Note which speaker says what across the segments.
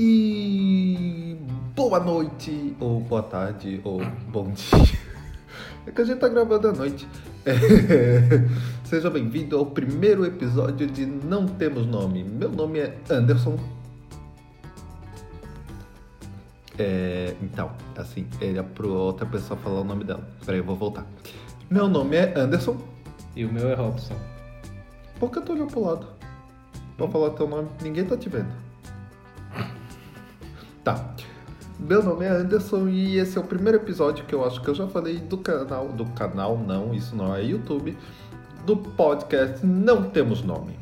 Speaker 1: E boa noite, ou boa tarde, ou bom dia. É que a gente tá gravando à noite. É. Seja bem-vindo ao primeiro episódio de Não Temos Nome. Meu nome é Anderson. É, então, assim, era pro outra pessoa falar o nome dela. Peraí, eu vou voltar. Meu nome é Anderson.
Speaker 2: E o meu é Robson.
Speaker 1: Por que tu olhou pro lado? Pra falar teu nome, ninguém tá te vendo. Tá. Meu nome é Anderson e esse é o primeiro episódio que eu acho que eu já falei do canal. Do canal, não, isso não é YouTube. Do podcast Não Temos Nome.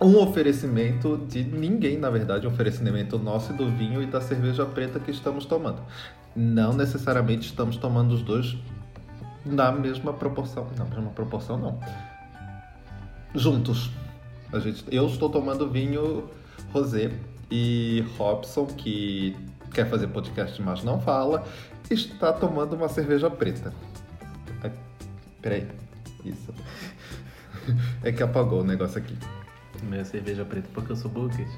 Speaker 1: Um oferecimento de ninguém, na verdade, um oferecimento nosso e do vinho e da cerveja preta que estamos tomando. Não necessariamente estamos tomando os dois na mesma proporção. Na mesma proporção, não. Juntos. A gente, eu estou tomando vinho rosé e Robson, que quer fazer podcast mas não fala, está tomando uma cerveja preta. Ai, peraí, isso. É que apagou o negócio aqui.
Speaker 2: O meu é cerveja preta porque eu sou burguês.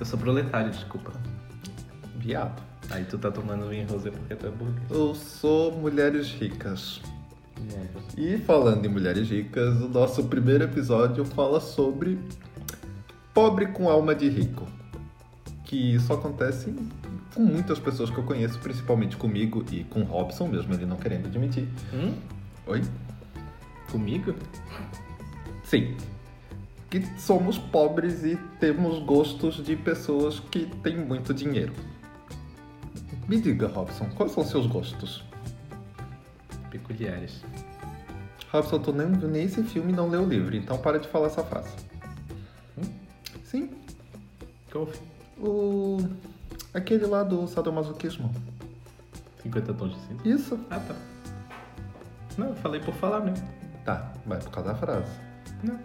Speaker 2: Eu sou proletário, desculpa.
Speaker 1: Viado.
Speaker 2: Aí tu tá tomando vinho rosé porque tu é burguês.
Speaker 1: Eu sou mulheres ricas.
Speaker 2: Não,
Speaker 1: E falando em mulheres ricas, o nosso primeiro episódio fala sobre pobre com alma de rico. Que isso acontece com muitas pessoas que eu conheço, principalmente comigo e com Robson, mesmo ele não querendo admitir.
Speaker 2: Hum?
Speaker 1: Oi?
Speaker 2: Comigo?
Speaker 1: Sim. Que somos pobres e temos gostos de pessoas que têm muito dinheiro. Me diga, Robson, quais são seus gostos?
Speaker 2: Peculiares.
Speaker 1: Robson, tu nem viu nem esse filme e não leu o livro, então para de falar essa frase.
Speaker 2: Hum?
Speaker 1: Sim,
Speaker 2: Qual?
Speaker 1: O. Aquele lá do sadomasoquismo.
Speaker 2: 50 tons de cinza.
Speaker 1: Isso?
Speaker 2: Ah, tá. Não, eu falei por falar mesmo.
Speaker 1: Tá, mas por causa da frase.
Speaker 2: Não,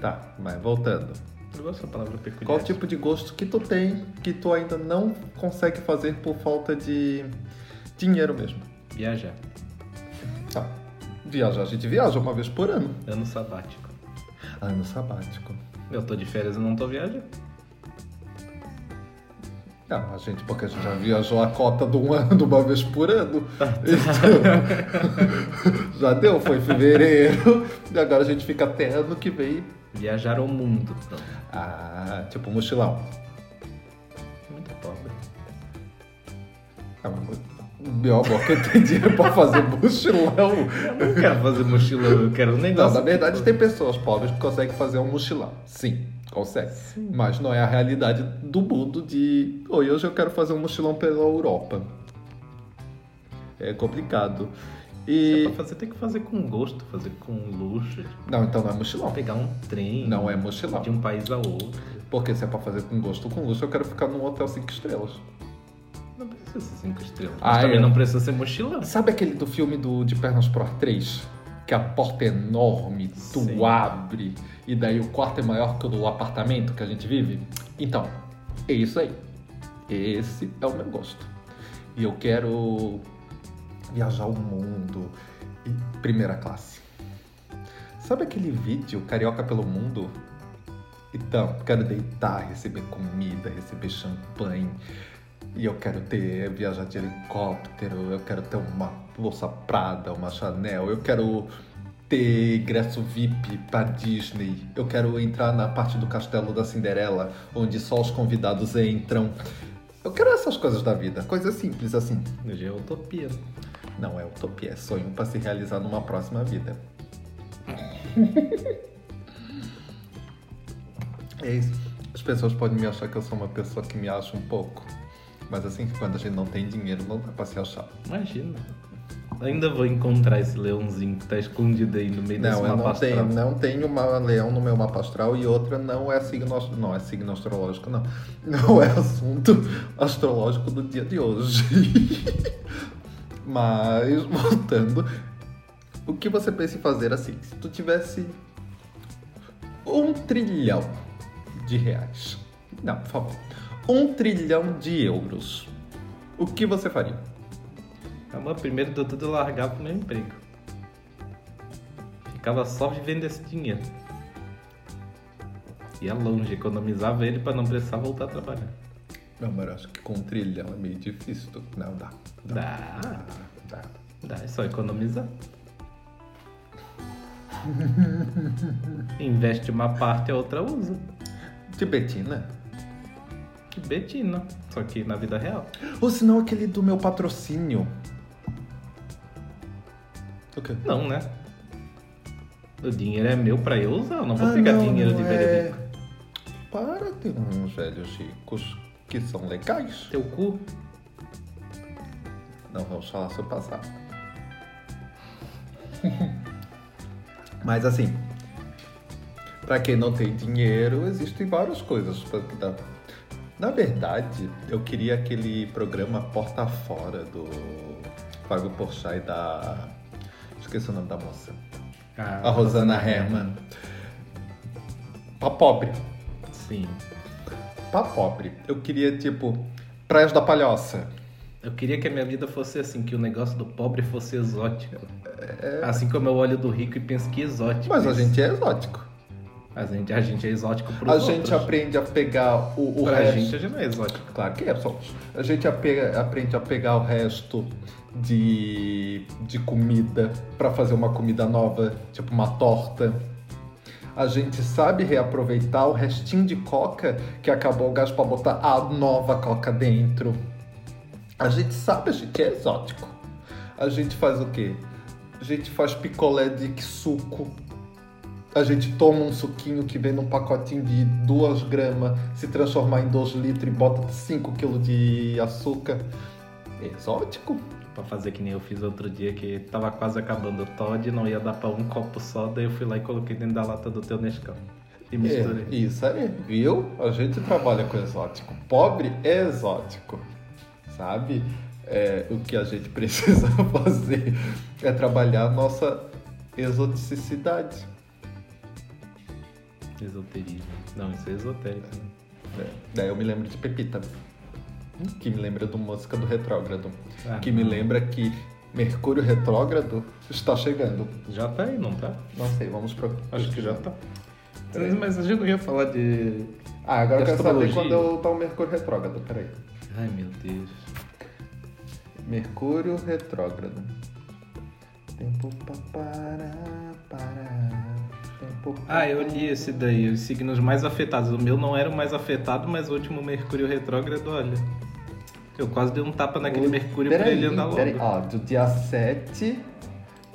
Speaker 1: Tá, mas voltando.
Speaker 2: eu gosto da palavra peculiar.
Speaker 1: Qual tipo de gosto que tu tem que tu ainda não consegue fazer por falta de dinheiro mesmo?
Speaker 2: Viajar.
Speaker 1: Tá. Viajar, a gente viaja uma vez por ano.
Speaker 2: Ano sabático.
Speaker 1: Ano sabático.
Speaker 2: Eu tô de férias e não tô viajando.
Speaker 1: Não, a gente, porque a gente já viajou a cota de um ano uma vez por ano. Então, já deu, foi em fevereiro. E agora a gente fica até ano que vem
Speaker 2: Viajar ao mundo. Pronto.
Speaker 1: Ah, tipo mochilão.
Speaker 2: Muito pobre.
Speaker 1: Ah, mas Meu amor, que tem dinheiro pra fazer mochilão.
Speaker 2: Eu não quero fazer mochilão, eu quero um
Speaker 1: Não,
Speaker 2: negócio.
Speaker 1: na verdade tem pessoas pobres que conseguem fazer um mochilão. Sim, consegue. Mas não é a realidade do mundo de. Oi, hoje eu quero fazer um mochilão pela Europa. É complicado.
Speaker 2: Se é
Speaker 1: E.
Speaker 2: pra fazer, tem que fazer com gosto, fazer com luxo. tipo,
Speaker 1: Não, então não é mochilão.
Speaker 2: pegar um trem
Speaker 1: Não é mochilão.
Speaker 2: de um país a outro.
Speaker 1: Porque se é pra fazer com gosto com luxo, eu quero ficar num hotel cinco estrelas.
Speaker 2: Não precisa ser cinco estrelas.
Speaker 1: Ah,
Speaker 2: mas também
Speaker 1: é.
Speaker 2: não precisa ser mochilão.
Speaker 1: Sabe aquele do filme do De Pernas pro Ar 3? Que a porta é enorme, tu
Speaker 2: Sim.
Speaker 1: abre, e daí o quarto é maior que o do apartamento que a gente vive? Então, é isso aí. Esse é o meu gosto. E eu quero viajar o mundo em primeira classe. Sabe aquele vídeo Carioca pelo Mundo? Então, quero deitar, receber comida, receber champanhe. E eu quero ter viajar de helicóptero, eu quero ter uma bolsa Prada, uma Chanel, eu quero ter ingresso VIP pra Disney, eu quero entrar na parte do castelo da Cinderela, onde só os convidados entram. Eu quero essas coisas da vida, coisas simples assim.
Speaker 2: Já é utopia.
Speaker 1: Não é utopia, é sonho pra se realizar numa próxima vida. é isso. As pessoas podem me achar que eu sou uma pessoa que me acha um pouco. Mas assim, quando a gente não tem dinheiro, não dá pra se achar.
Speaker 2: Imagina. Ainda vou encontrar esse leãozinho que tá escondido aí no meio desse
Speaker 1: Não, eu
Speaker 2: mapa
Speaker 1: não tenho,
Speaker 2: astral.
Speaker 1: não tenho uma leão no meu mapa astral e outra não é signo, ast- não é signo astrológico, não. Não é assunto astrológico do dia de hoje. Mas voltando, o que você pensa em fazer assim? Se tu tivesse um trilhão de reais, não, por favor, um trilhão de euros, o que você faria?
Speaker 2: Amor, primeiro É de tudo eu largava pro meu emprego. Ficava só vivendo esse dinheiro. E ia longe, economizava ele pra não precisar voltar a trabalhar.
Speaker 1: Não, mas eu acho que com trilhão é meio difícil. tu- Não, dá.
Speaker 2: Dá,
Speaker 1: Dá.
Speaker 2: dá, é só economizar. Investe uma parte, a outra usa.
Speaker 1: Tibetina?
Speaker 2: Que betina, só que na vida real.
Speaker 1: Ou senão aquele do meu patrocínio. O quê?
Speaker 2: Não, né? O dinheiro é meu pra eu usar, eu não vou pegar dinheiro de
Speaker 1: é.
Speaker 2: veredicto.
Speaker 1: Ah, Para, tem uns velhos ricos que são legais.
Speaker 2: Teu cu?
Speaker 1: Não vamos falar sobre o passado. Mas assim, pra quem não tem dinheiro, existem várias coisas pra que dá. Na verdade, eu queria aquele programa Porta Fora do Fábio Porchat e da... Esqueci o nome da moça. A Ah,
Speaker 2: Ah,
Speaker 1: Rosana Herman. Pra pobre.
Speaker 2: Sim.
Speaker 1: Pra pobre. Eu queria, tipo, Praias da Palhoça.
Speaker 2: Eu queria que a minha vida fosse assim, que o negócio do pobre fosse exótico. Assim como eu olho do rico e penso que exótico.
Speaker 1: É. Mas a
Speaker 2: isso.
Speaker 1: gente é exótico.
Speaker 2: A gente, a gente é exótico pros
Speaker 1: a
Speaker 2: outros.
Speaker 1: gente aprende a pegar o, o
Speaker 2: Pra
Speaker 1: resto.
Speaker 2: gente, a gente não é exótico.
Speaker 1: Claro que é, só. A gente apega- aprende a pegar o resto de, de comida pra fazer uma comida nova, tipo uma torta. A gente sabe reaproveitar o restinho de coca que acabou o gás pra botar a nova coca dentro. A gente sabe, a gente é exótico. A gente faz o quê? A gente faz picolé de suco. A gente toma um suquinho que vem num pacotinho de 2 gramas, se transformar em 2 litros e bota 5 quilos de açúcar. Exótico.
Speaker 2: Pra fazer que nem eu fiz outro dia, que tava quase acabando o Todd, não ia dar pra um copo só, daí eu fui lá e coloquei dentro da lata do teu Nescau. E misturei.
Speaker 1: É, isso aí, viu? A gente trabalha com exótico. Pobre é exótico. Sabe? É, o que a gente precisa fazer é trabalhar a nossa exoticidade.
Speaker 2: Esoterismo. Não, isso é esotérico. né?
Speaker 1: É, Daí eu me lembro de Pepita, que me lembra do música do retrógrado,
Speaker 2: Ah,
Speaker 1: que me
Speaker 2: não.
Speaker 1: lembra que Mercúrio retrógrado está chegando.
Speaker 2: Já tá aí, não tá?
Speaker 1: Não sei, vamos pro.
Speaker 2: Acho que já tá.
Speaker 1: Peraí.
Speaker 2: Mas a gente não ia falar de.
Speaker 1: Ah, agora eu quero saber
Speaker 2: Astrologia.
Speaker 1: quando eu tá o Mercúrio retrógrado. Peraí.
Speaker 2: Ai meu Deus.
Speaker 1: Mercúrio retrógrado. Tempo pra parar, parar. Tempo pra
Speaker 2: Ah, eu li esse daí, os signos mais afetados. O meu não era o mais afetado, mas o último Mercúrio retrógrado, olha. Eu quase dei um tapa naquele
Speaker 1: O-
Speaker 2: Mercúrio pra
Speaker 1: peraí,
Speaker 2: ele andar logo.
Speaker 1: peraí. Ó, do dia 7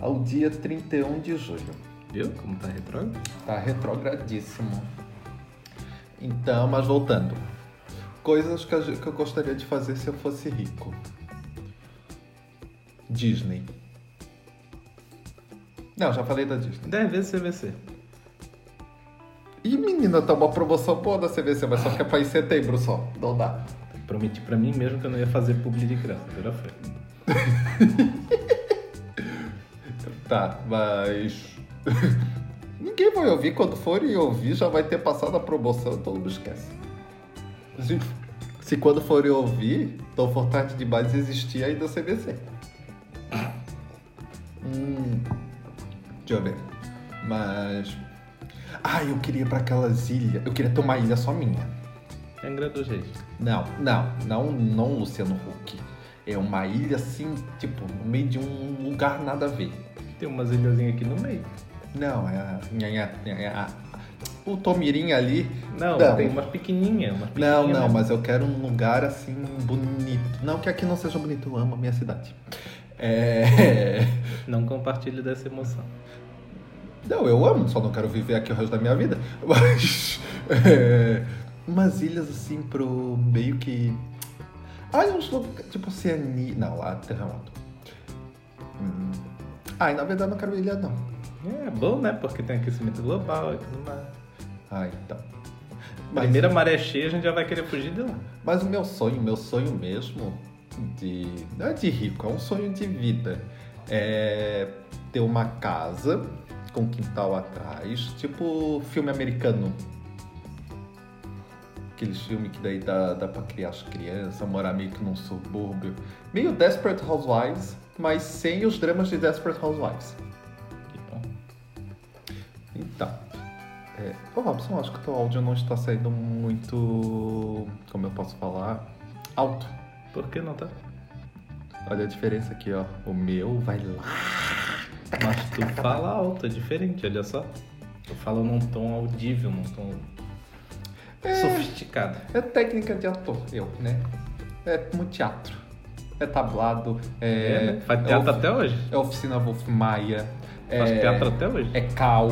Speaker 1: ao dia 31 de julho.
Speaker 2: Viu como tá retrógrado?
Speaker 1: Tá retrogradíssimo. Então, mas voltando. Coisas que a gen- que eu gostaria de fazer se eu fosse rico. Disney. Não, já falei da Disney.
Speaker 2: 10 vezes CVC.
Speaker 1: Ih, menina, tá uma promoção boa da CVC, mas só que é pra em setembro só. Não dá.
Speaker 2: Prometi pra mim mesmo que eu não ia fazer publi de graça, agora foi.
Speaker 1: Tá, mas. Ninguém vai ouvir. Quando forem ouvir, já vai ter passado a promoção, todo mundo esquece. Se, se quando forem ouvir, tão for tarde demais existir ainda CBC. Hum. Deixa eu ver. Mas. Ah, eu queria ir pra aquelas ilhas. Eu queria ter uma ilha só minha.
Speaker 2: É do jeito.
Speaker 1: Não, não, não, não Luciano Huck. É uma ilha assim, tipo, no meio de um lugar nada a ver.
Speaker 2: Tem umas ilhazinhas aqui no meio.
Speaker 1: Não, é a. nhanhá, nhanhá. O Tomirim ali.
Speaker 2: Não,
Speaker 1: Não.
Speaker 2: tem umas pequenininhas. Umas
Speaker 1: Não,
Speaker 2: pequenininhas
Speaker 1: não,
Speaker 2: mesmo.
Speaker 1: mas eu quero um lugar assim bonito. Não que aqui não seja bonito, eu amo a minha cidade. É.
Speaker 2: Não compartilho dessa emoção.
Speaker 1: Não, eu amo, só não quero viver aqui o resto da minha vida. Mas. é, umas ilhas assim pro meio que. Ai, uns lugares. Tipo Oceania. Não, lá é terremoto. Hum. Ai, na verdade eu não quero ilha, não.
Speaker 2: É bom, né? Porque tem aquecimento global e tudo mais.
Speaker 1: Ai, então. Mas-
Speaker 2: Primeira maré cheia, a gente já vai querer fugir de lá.
Speaker 1: Mas o meu sonho, o meu sonho mesmo, de. Não é de rico, é um sonho de vida. É ter uma casa com quintal atrás, tipo filme americano. Aqueles filmes que daí dá, dá pra criar as crianças, morar meio que num subúrbio. Meio Desperate Housewives, mas sem os dramas de Desperate Housewives.
Speaker 2: Que bom.
Speaker 1: Então, é, Ô Robson, acho que o teu áudio não está saindo muito. Como eu posso falar? Alto.
Speaker 2: Por que não tá?
Speaker 1: Olha a diferença aqui, ó. O meu vai lá.
Speaker 2: Mas tu fala alto, é diferente, olha só. Tu fala num tom audível, num tom sofisticado.
Speaker 1: É técnica de ator, eu, né? É muito teatro. É tablado. É,
Speaker 2: né? Faz
Speaker 1: é
Speaker 2: teatro
Speaker 1: ofi-
Speaker 2: até hoje.
Speaker 1: É oficina Wolf Maia. É,
Speaker 2: Faz teatro até hoje.
Speaker 1: É cal.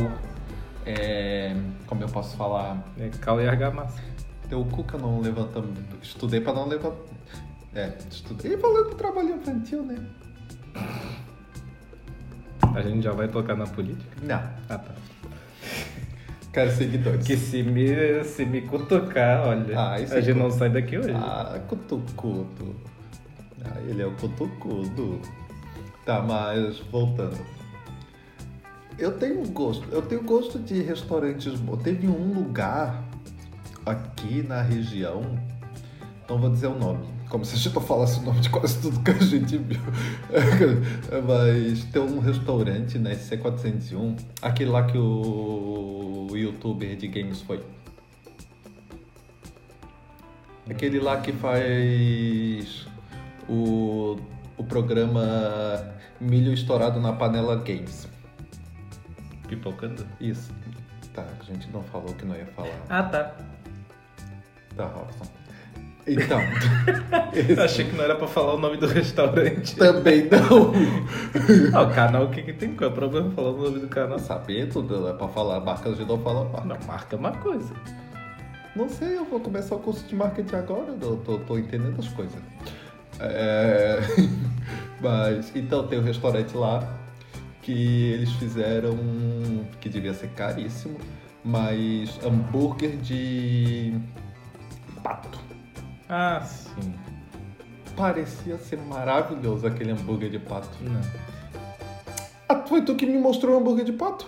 Speaker 1: É. Como eu posso falar?
Speaker 2: É, cal e argamassa.
Speaker 1: Teu cu que eu não levanto. Estudei pra não levantar. É, estudei. E falando do trabalho infantil, né?
Speaker 2: A gente já vai tocar na política?
Speaker 1: Não.
Speaker 2: Ah, tá.
Speaker 1: Quero seguidores.
Speaker 2: Que se me, se me cutucar, olha,
Speaker 1: Ah,
Speaker 2: a
Speaker 1: isso é
Speaker 2: gente
Speaker 1: cu-
Speaker 2: não sai daqui hoje.
Speaker 1: Ah, cutucudo. Ah, ele é o cutucudo. Tá, mas voltando. Eu tenho gosto. Eu tenho gosto de restaurantes bons. Teve um lugar aqui na região. Não vou dizer o nome. Como se a gente não falasse o nome de quase tudo que a gente viu. Mas tem um restaurante na SC401. Aquele lá que o youtuber de games foi. Aquele lá que faz o, o programa Milho Estourado na Panela Games.
Speaker 2: Pipocando?
Speaker 1: Isso. Tá, a gente não falou que não ia falar.
Speaker 2: Ah, tá.
Speaker 1: Tá, Robson. Então,
Speaker 2: Eu achei que não era pra falar o nome do restaurante.
Speaker 1: também não.
Speaker 2: ah, o canal, o que, que tem? Qual é o problema? Falar o nome do canal.
Speaker 1: Saber tudo, é pra falar marca, a gente não fala marca.
Speaker 2: Não, marca é uma coisa.
Speaker 1: Não sei, eu vou começar o curso de marketing agora, eu tô, tô entendendo as coisas. É... Mas, então, tem um restaurante lá que eles fizeram, um, que devia ser caríssimo, mas hambúrguer de pato.
Speaker 2: Ah, sim.
Speaker 1: Parecia ser maravilhoso aquele hambúrguer de pato.
Speaker 2: Não.
Speaker 1: Ah, foi tu que me mostrou o hambúrguer de pato?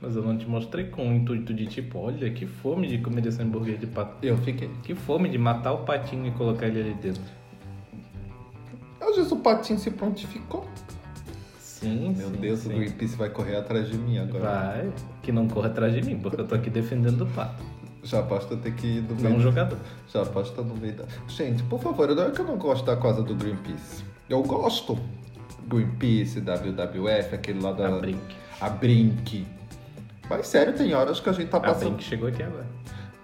Speaker 2: Mas eu não te mostrei com o intuito de tipo, olha, que fome de comer esse hambúrguer de pato.
Speaker 1: Eu fiquei.
Speaker 2: Que fome de matar o patinho e colocar ele ali dentro.
Speaker 1: Às vezes o patinho se prontificou.
Speaker 2: Sim,
Speaker 1: Meu
Speaker 2: sim,
Speaker 1: Deus, o
Speaker 2: sim.
Speaker 1: Greenpeace vai correr atrás de mim agora.
Speaker 2: Vai, que não corra atrás de mim, porque eu tô aqui defendendo o pato,
Speaker 1: Já basta ter que ir do
Speaker 2: não o jogador.
Speaker 1: Já pode estar no meio da. Gente, por favor, não é que eu não gosto da coisa do Greenpeace. Eu gosto. Greenpeace, WWF, aquele lá da.
Speaker 2: A Brink.
Speaker 1: A Brink. Mas sério, tem horas que a gente tá
Speaker 2: A
Speaker 1: passando.
Speaker 2: Brink chegou aqui agora.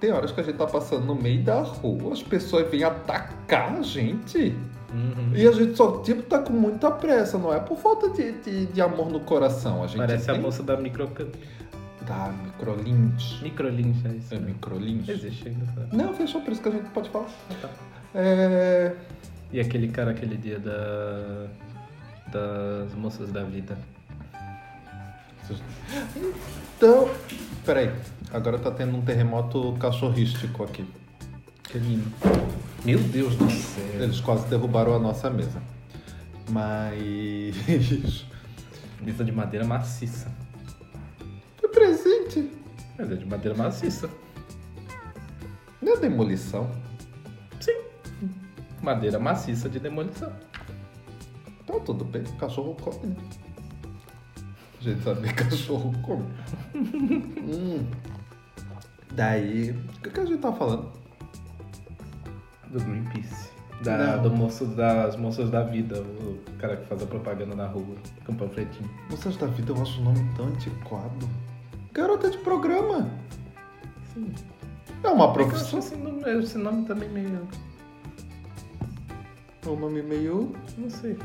Speaker 1: Tem horas que a gente tá passando no meio da rua, as pessoas vêm atacar a gente.
Speaker 2: Uhum.
Speaker 1: E a gente só, tipo, tá com muita pressa, não é por falta de, de, de amor no coração. A gente
Speaker 2: Parece a
Speaker 1: tem...
Speaker 2: moça da micro...
Speaker 1: Tá, microlint.
Speaker 2: microlincha. Isso.
Speaker 1: É microlint?
Speaker 2: Existe ainda. tá? sabe?
Speaker 1: Não, fechou, por isso que a gente pode falar.
Speaker 2: Ah, tá.
Speaker 1: É.
Speaker 2: E aquele cara, aquele dia da... das moças da vida.
Speaker 1: Então, peraí. Agora tá tendo um terremoto cachorrístico aqui.
Speaker 2: Canino. Meu Deus do céu.
Speaker 1: Eles quase derrubaram a nossa mesa. Mas.
Speaker 2: Mesa É, de madeira maciça.
Speaker 1: Foi presente.
Speaker 2: Mas é de madeira maciça.
Speaker 1: Não é demolição.
Speaker 2: Sim. Madeira maciça de demolição.
Speaker 1: Então tudo bem, cachorro come, né? A gente sabe que cachorro come. Hum. Daí. O que, que a gente tá falando?
Speaker 2: Do Greenpeace. Da,
Speaker 1: Não.
Speaker 2: do moço, das moças da vida, o cara que faz a propaganda na rua, com panfletinho.
Speaker 1: Vocês da vida eu acho o nome é tão antiquado. Garota de programa.
Speaker 2: Sim.
Speaker 1: É uma
Speaker 2: Porque eu acho
Speaker 1: profissão.
Speaker 2: esse um nome, esse nome também meio.
Speaker 1: É um nome meio.
Speaker 2: Não sei.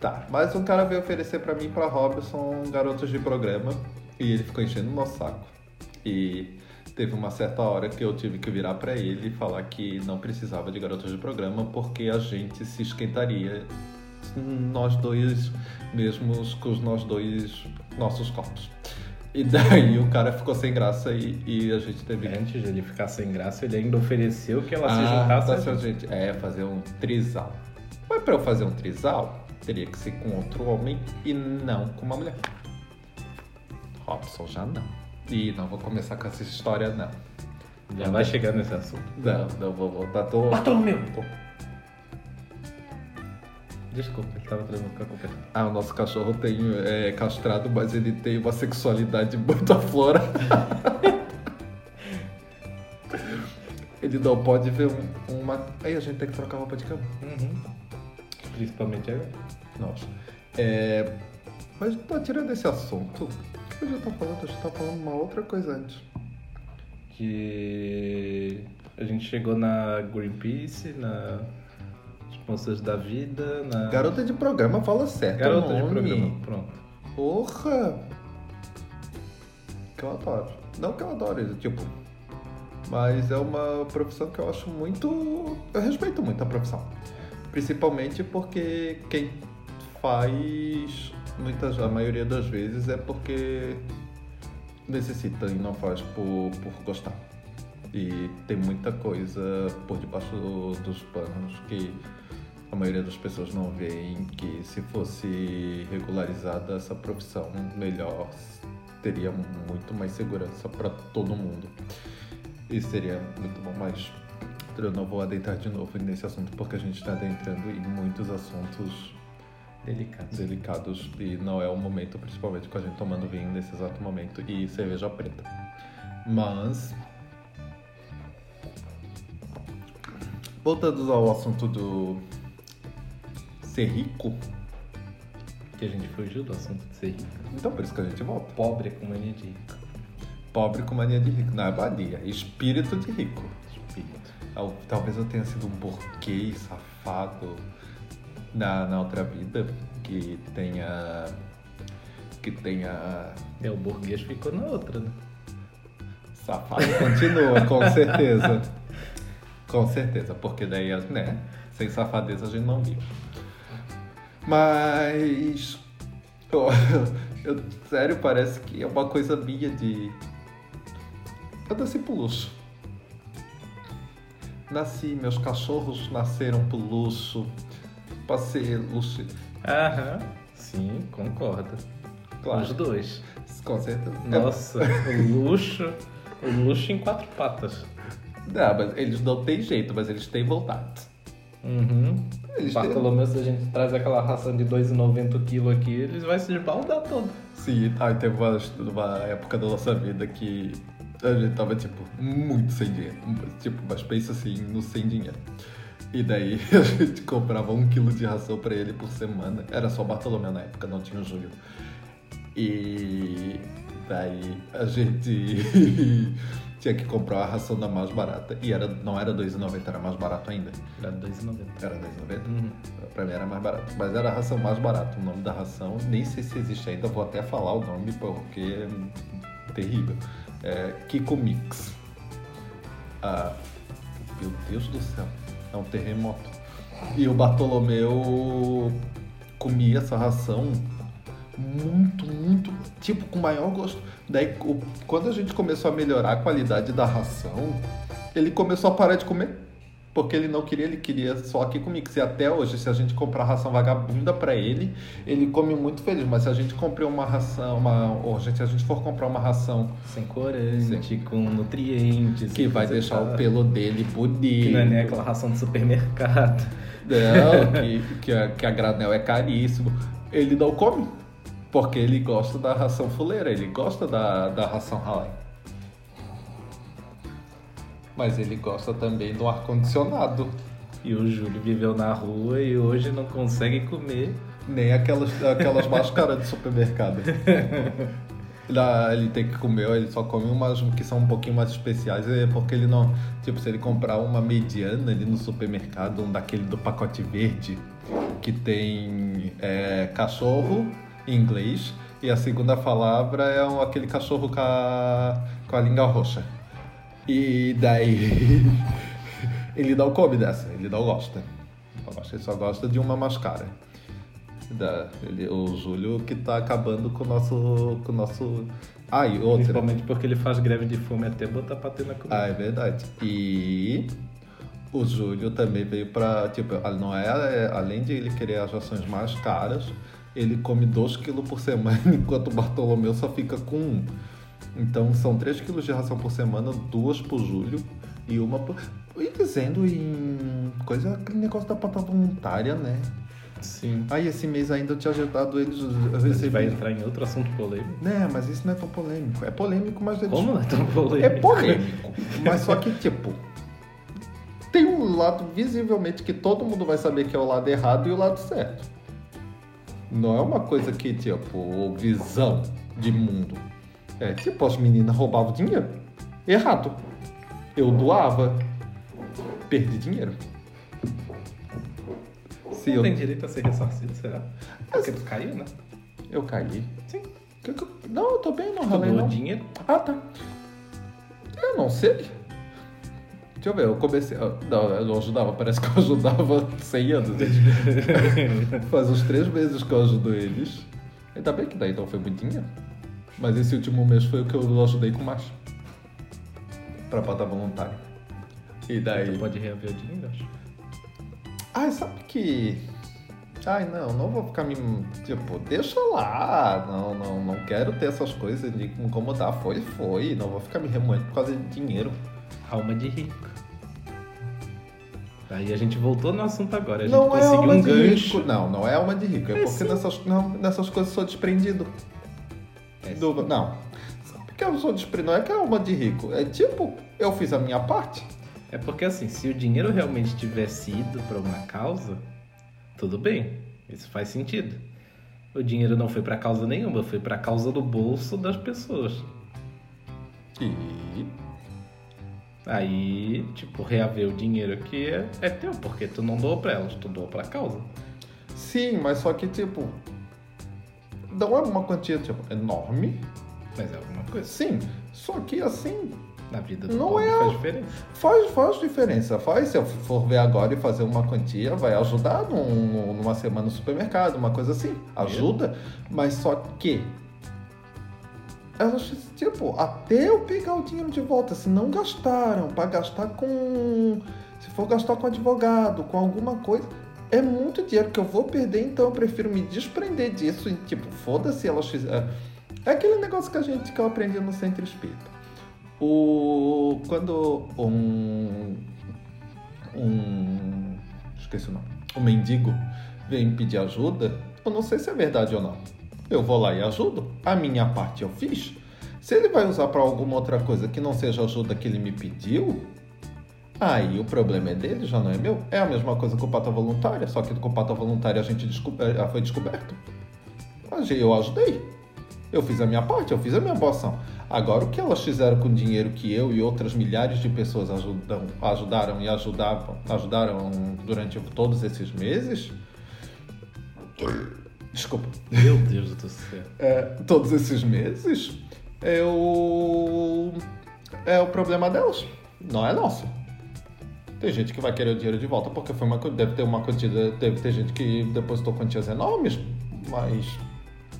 Speaker 1: Tá, mas um cara veio oferecer pra mim e pra Robson garotos de programa e ele ficou enchendo o nosso saco. E teve uma certa hora que eu tive que virar pra ele e falar que não precisava de garotos de programa porque a gente se esquentaria nós dois mesmos com os nós dois nossos corpos. E daí o cara ficou sem graça e, e a gente teve que
Speaker 2: Antes de ele ficar sem graça, ele ainda ofereceu que ela se
Speaker 1: ah, tá,
Speaker 2: juntasse.
Speaker 1: seu gente. É, fazer um trisal. Mas pra eu fazer um trisal, teria que ser com outro homem e não com uma mulher. Robson já não. E não vou começar com essa história, não.
Speaker 2: Já vai chegar nesse assunto.
Speaker 1: Não, não vou voltar. Tô...
Speaker 2: Bartolomeu! Desculpa, ele tava trazendo com a culpa.
Speaker 1: Ah, o nosso cachorro tem é castrado, mas ele tem uma sexualidade muito aflorada. Ele não pode ver um- uma. Aí a gente tem que trocar roupa de cama. Uhum.
Speaker 2: Principalmente agora.
Speaker 1: Nossa. É... Mas tá tirando esse assunto. O que eu já tô falando? A gente tá falando uma outra coisa antes.
Speaker 2: Que a gente chegou na Greenpeace, na nas Moças da Vida, na.
Speaker 1: Garota de programa fala certo.
Speaker 2: Garota
Speaker 1: o
Speaker 2: de
Speaker 1: nome.
Speaker 2: programa, pronto.
Speaker 1: Porra! Que eu adoro. Não que eu adore, tipo. Mas é uma profissão que eu acho muito. Eu respeito muito a profissão. Principalmente porque quem faz, muitas, a maioria das vezes, é porque necessita e não faz por, por gostar. E tem muita coisa por debaixo dos panos que a maioria das pessoas não veem que se fosse regularizada essa profissão melhor, teria muito mais segurança para todo mundo. E seria muito bom, mas eu não vou adentrar de novo nesse assunto porque a gente está adentrando em muitos assuntos
Speaker 2: Delicado.
Speaker 1: delicados e não é o momento, principalmente com a gente tomando vinho nesse exato momento e cerveja preta. Mas. Voltando ao assunto do. ser rico.
Speaker 2: Que a gente fugiu do assunto de ser rico.
Speaker 1: Então por isso que a gente volta.
Speaker 2: Pobre é com mania de rico.
Speaker 1: Pobre com mania de rico. Não é mania, é espírito de rico.
Speaker 2: Espírito.
Speaker 1: Tal- Talvez eu tenha sido um burguês safado na, na outra vida que tenha. que tenha
Speaker 2: É, o burguês ficou na outra, né?
Speaker 1: Safado continua, com certeza. Com certeza, porque daí, né? Sem safadeza a gente não vive. Mas. Eu, eu- sério, parece que é uma coisa minha de. Eu nasci pro luxo. Nasci, meus cachorros nasceram pro luxo. Passei luxo.
Speaker 2: Aham. Sim, concordo. Os
Speaker 1: Claro,
Speaker 2: dois.
Speaker 1: com certeza.
Speaker 2: Nossa, o luxo. O luxo em quatro patas.
Speaker 1: Não, mas eles não têm jeito, mas eles têm vontade.
Speaker 2: Uhum.
Speaker 1: Eles têm-
Speaker 2: Bartolomeu, se a gente traz aquela ração de 2,90 kg aqui, eles vão se esbaldar todo.
Speaker 1: Sim, aí teve uma, uma época da nossa vida que a gente tava, tipo, muito sem dinheiro. Tipo, mas pensa assim, no sem dinheiro. E daí a gente comprava um quilo de ração pra ele por semana. Era só Bartolomeu na época, não tinha o Júlio. E daí a gente tinha que comprar a ração da mais barata. E era, não era R$2,90, era mais barato ainda.
Speaker 2: Era 2,90.
Speaker 1: Era R$2,90.
Speaker 2: Uhum.
Speaker 1: Pra mim era mais barato. Mas era a ração mais barata. O nome da ração, nem sei se existe ainda, vou até falar o nome porque é terrível. É Kiko Mix. Ah, meu Deus do céu, é um terremoto. E o Bartolomeu comia essa ração muito, muito, tipo, com maior gosto. Daí, o- quando a gente começou a melhorar a qualidade da ração, ele começou a parar de comer. Porque ele não queria, ele queria só aqui comigo. E até hoje, se a gente comprar ração vagabunda pra ele, ele come muito feliz. Mas se a gente comprar uma ração, uma, ou gente, se a gente for comprar uma ração
Speaker 2: Sem corante, com nutrientes.
Speaker 1: que vai deixar o pelo dele bonito,
Speaker 2: é Que não é nem aquela ração de supermercado.
Speaker 1: não, que, que, a, que a granel é caríssimo, ele não come. Porque ele gosta da ração fuleira, ele gosta da, da ração ralé. Mas ele gosta também do ar-condicionado.
Speaker 2: E o Júlio viveu na rua e hoje não consegue comer.
Speaker 1: Nem aquelas, aquelas máscaras de supermercado. Lá, Ele tem que comer, ele só come umas que são um pouquinho mais especiais, é porque ele não. Tipo, se ele comprar uma mediana ali no supermercado, um daquele do pacote verde, que tem é, cachorro em inglês, e a segunda palavra é um- aquele cachorro com a, com a língua roxa. E daí. ele não come dessa, ele não gosta. Não gosta, Ele só gosta de uma máscara. Da, ele, o Júlio que tá acabando com o nosso. Com o nosso... Ah, e outra.
Speaker 2: Principalmente porque ele faz greve de fome até botar patê na comida.
Speaker 1: Ah, é verdade. E o Júlio também veio pra. Tipo, a- não é, é- além de ele querer as ações mais caras, ele come 2 quilos por semana, enquanto o Bartolomeu só fica com um. Então são 3 quilos de ração por semana, duas pro Júlio e uma pro. E dizendo em coisa, aquele negócio da planta voluntária, né?
Speaker 2: Sim.
Speaker 1: Aí esse mês ainda eu tinha ajudado eles. Eu
Speaker 2: A gente
Speaker 1: recebi.
Speaker 2: vai entrar em outro assunto polêmico.
Speaker 1: Né, mas isso não é tão polêmico. É polêmico, mas eles
Speaker 2: Como não é tão polêmico?
Speaker 1: é polêmico. mas só que, tipo, o lado visivelmente que todo mundo vai saber que é o lado errado e o lado certo. Não é uma coisa que, tipo, visão de mundo. É tipo, as meninas roubavam dinheiro. Errado. Eu doava. Perdi dinheiro. Se
Speaker 2: Não
Speaker 1: eu, É,
Speaker 2: tem direito a ser ressarcido, será? Porque tu caiu, né?
Speaker 1: eu caí.
Speaker 2: Sim.
Speaker 1: Que que eu- Não, eu tô bem, não
Speaker 2: Tu
Speaker 1: ralei
Speaker 2: doou
Speaker 1: não.
Speaker 2: dinheiro.
Speaker 1: Ah, tá. Eu não sei. Deixa eu ver, eu comecei. ah, Não, eu não ajudava, parece que eu ajudava 100 anos. Faz uns três meses que eu ajudo eles. Ainda bem que daí não foi muito dinheiro. Mas esse último mês foi o que eu ajudei com mais. Pra botar voluntário. E daí.
Speaker 2: Tu pode reaver o dinheiro, eu acho.
Speaker 1: Ai, sabe que. Ai, não, não vou ficar me. Tipo, deixa lá. Não, não, não quero ter essas coisas de me incomodar. Foi, foi. Não vou ficar me remoendo por causa de dinheiro.
Speaker 2: Alma de rico. Aí a gente voltou no assunto agora. A gente
Speaker 1: Não é
Speaker 2: conseguiu
Speaker 1: alma
Speaker 2: um
Speaker 1: de
Speaker 2: gancho.
Speaker 1: rico. Não, não é alma de rico. É,
Speaker 2: É
Speaker 1: porque
Speaker 2: sim.
Speaker 1: nessas, não, nessas coisas eu sou desprendido.
Speaker 2: É
Speaker 1: Do- não. Sabe que eu sou desprendido? Não é que é alma de rico. É tipo, eu fiz a minha parte.
Speaker 2: É porque assim, se o dinheiro realmente tivesse ido para uma causa, tudo bem, isso faz sentido. O dinheiro não foi para causa nenhuma, foi para causa do bolso das pessoas.
Speaker 1: E.
Speaker 2: Aí, tipo, reaver o dinheiro aqui é, é teu, porque tu não doou para elas, tu doou para causa.
Speaker 1: Sim, mas só que, tipo. Não é uma quantia, tipo, enorme.
Speaker 2: Mas é alguma coisa.
Speaker 1: Sim, só que assim,
Speaker 2: Na vida do
Speaker 1: Não
Speaker 2: pobre
Speaker 1: é-
Speaker 2: faz diferença.
Speaker 1: Faz, faz diferença, faz. Se eu for ver agora e fazer uma quantia, vai ajudar num- numa semana no supermercado, uma coisa assim. Ajuda, mas só que. Elas, tipo, até eu pegar o dinheiro de volta, se não gastaram, pra gastar com. Se for gastar com advogado, com alguma coisa, é muito dinheiro que eu vou perder, então eu prefiro me desprender disso e, tipo, foda-se elas fizeram. É aquele negócio que a gente que eu aprendi no centro espírita. O. Quando um. Um. Esqueci o nome. Um mendigo vem pedir ajuda, eu não sei se é verdade ou não. Eu vou lá e ajudo. A minha parte eu fiz. Se ele vai usar para alguma outra coisa que não seja a ajuda que ele me pediu, aí o problema é dele, já não é meu. É a mesma coisa com o pata voluntária, só que com o pata voluntária a gente descob- eh, foi descoberto. Mas Eu ajudei. Eu fiz a minha parte, eu fiz a minha boa ação. Agora, o que elas fizeram com o dinheiro que eu e outras milhares de pessoas ajudam, ajudaram e ajudavam, ajudaram durante todos esses meses? Desculpa.
Speaker 2: Meu Deus do céu.
Speaker 1: É, todos esses meses é o é o problema delas, não é nosso. Tem gente que vai querer o dinheiro de volta porque foi uma quan- deve ter uma quantia deve ter gente que depositou quantias enormes, mas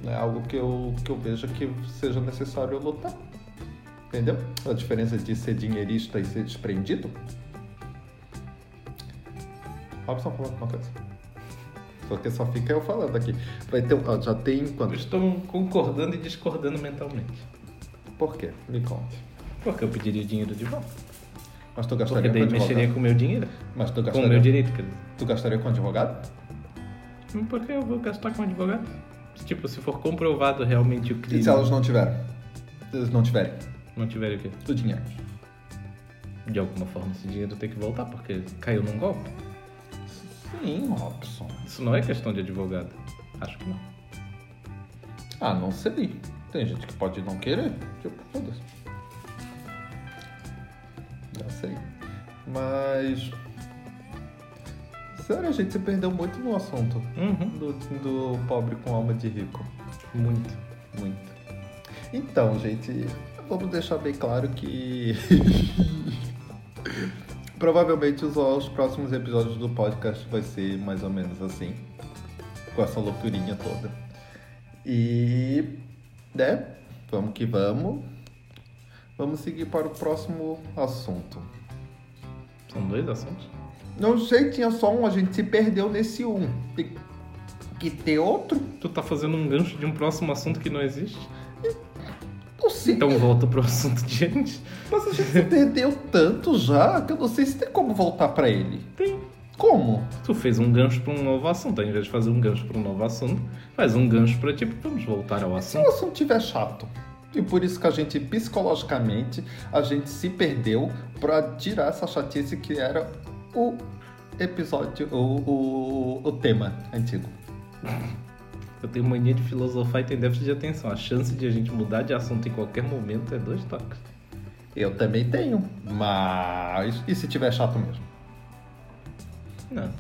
Speaker 1: não é algo que eu que eu vejo que seja necessário eu lutar. Entendeu? A diferença de ser dinheirista e ser desprendido. Robson falou alguma coisa. Porque só fica eu falando aqui. Vai ter, um- ó, já tem quantos?
Speaker 2: Estão concordando e discordando mentalmente.
Speaker 1: Por quê? Me conte.
Speaker 2: Porque eu pediria o dinheiro de volta.
Speaker 1: Mas tu
Speaker 2: Porque
Speaker 1: gastaria com
Speaker 2: daí mexeria
Speaker 1: advogado?
Speaker 2: com o meu dinheiro.
Speaker 1: Mas tu
Speaker 2: Com o meu
Speaker 1: gastaria...
Speaker 2: direito, quer dizer.
Speaker 1: tu gastaria com advogado?
Speaker 2: Porque eu vou gastar com advogado. Tipo, se for comprovado realmente o crime,
Speaker 1: E se elas não tiverem? Se eles não tiverem
Speaker 2: não tiver o quê?
Speaker 1: o dinheiro?
Speaker 2: De alguma forma esse dinheiro tem que voltar, porque caiu num golpe.
Speaker 1: Sim, Robson.
Speaker 2: Isso não é questão de advogado. Acho que não.
Speaker 1: Ah, não sei. Tem gente que pode não querer. Tipo, foda-se. Não sei. Mas... Sério, a gente se perdeu muito no assunto
Speaker 2: Uhum.
Speaker 1: do, do pobre com alma de rico.
Speaker 2: Muito.
Speaker 1: Muito. Então, gente, vamos deixar bem claro que. Provavelmente os, os próximos episódios do podcast vai ser mais ou menos assim. Com essa loucurinha toda. E. né? Vamos que vamos. Vamos seguir para o próximo assunto.
Speaker 2: São dois assuntos.
Speaker 1: Não sei, tinha só um, a gente se perdeu nesse um. Tem que ter outro?
Speaker 2: Tu tá fazendo um gancho de um próximo assunto que não existe.
Speaker 1: Não sei.
Speaker 2: Então volta pro assunto de antes.
Speaker 1: Mas a gente se perdeu tanto já que eu não sei se tem como voltar pra ele.
Speaker 2: Tem.
Speaker 1: Como?
Speaker 2: Tu fez um gancho pra um novo assunto. Ao invés de fazer um gancho pra um novo assunto, faz um gancho pra tipo, vamos voltar ao
Speaker 1: Se
Speaker 2: assunto.
Speaker 1: o assunto tiver chato. E por isso que a gente, psicologicamente, a gente se perdeu pra tirar essa chatice que era o episódio, o, o, o tema antigo.
Speaker 2: Eu tenho mania de filosofar e tem déficit de atenção. A chance de a gente mudar de assunto em qualquer momento é dois toques.
Speaker 1: Eu também tenho, mas. E se tiver chato mesmo?
Speaker 2: Não,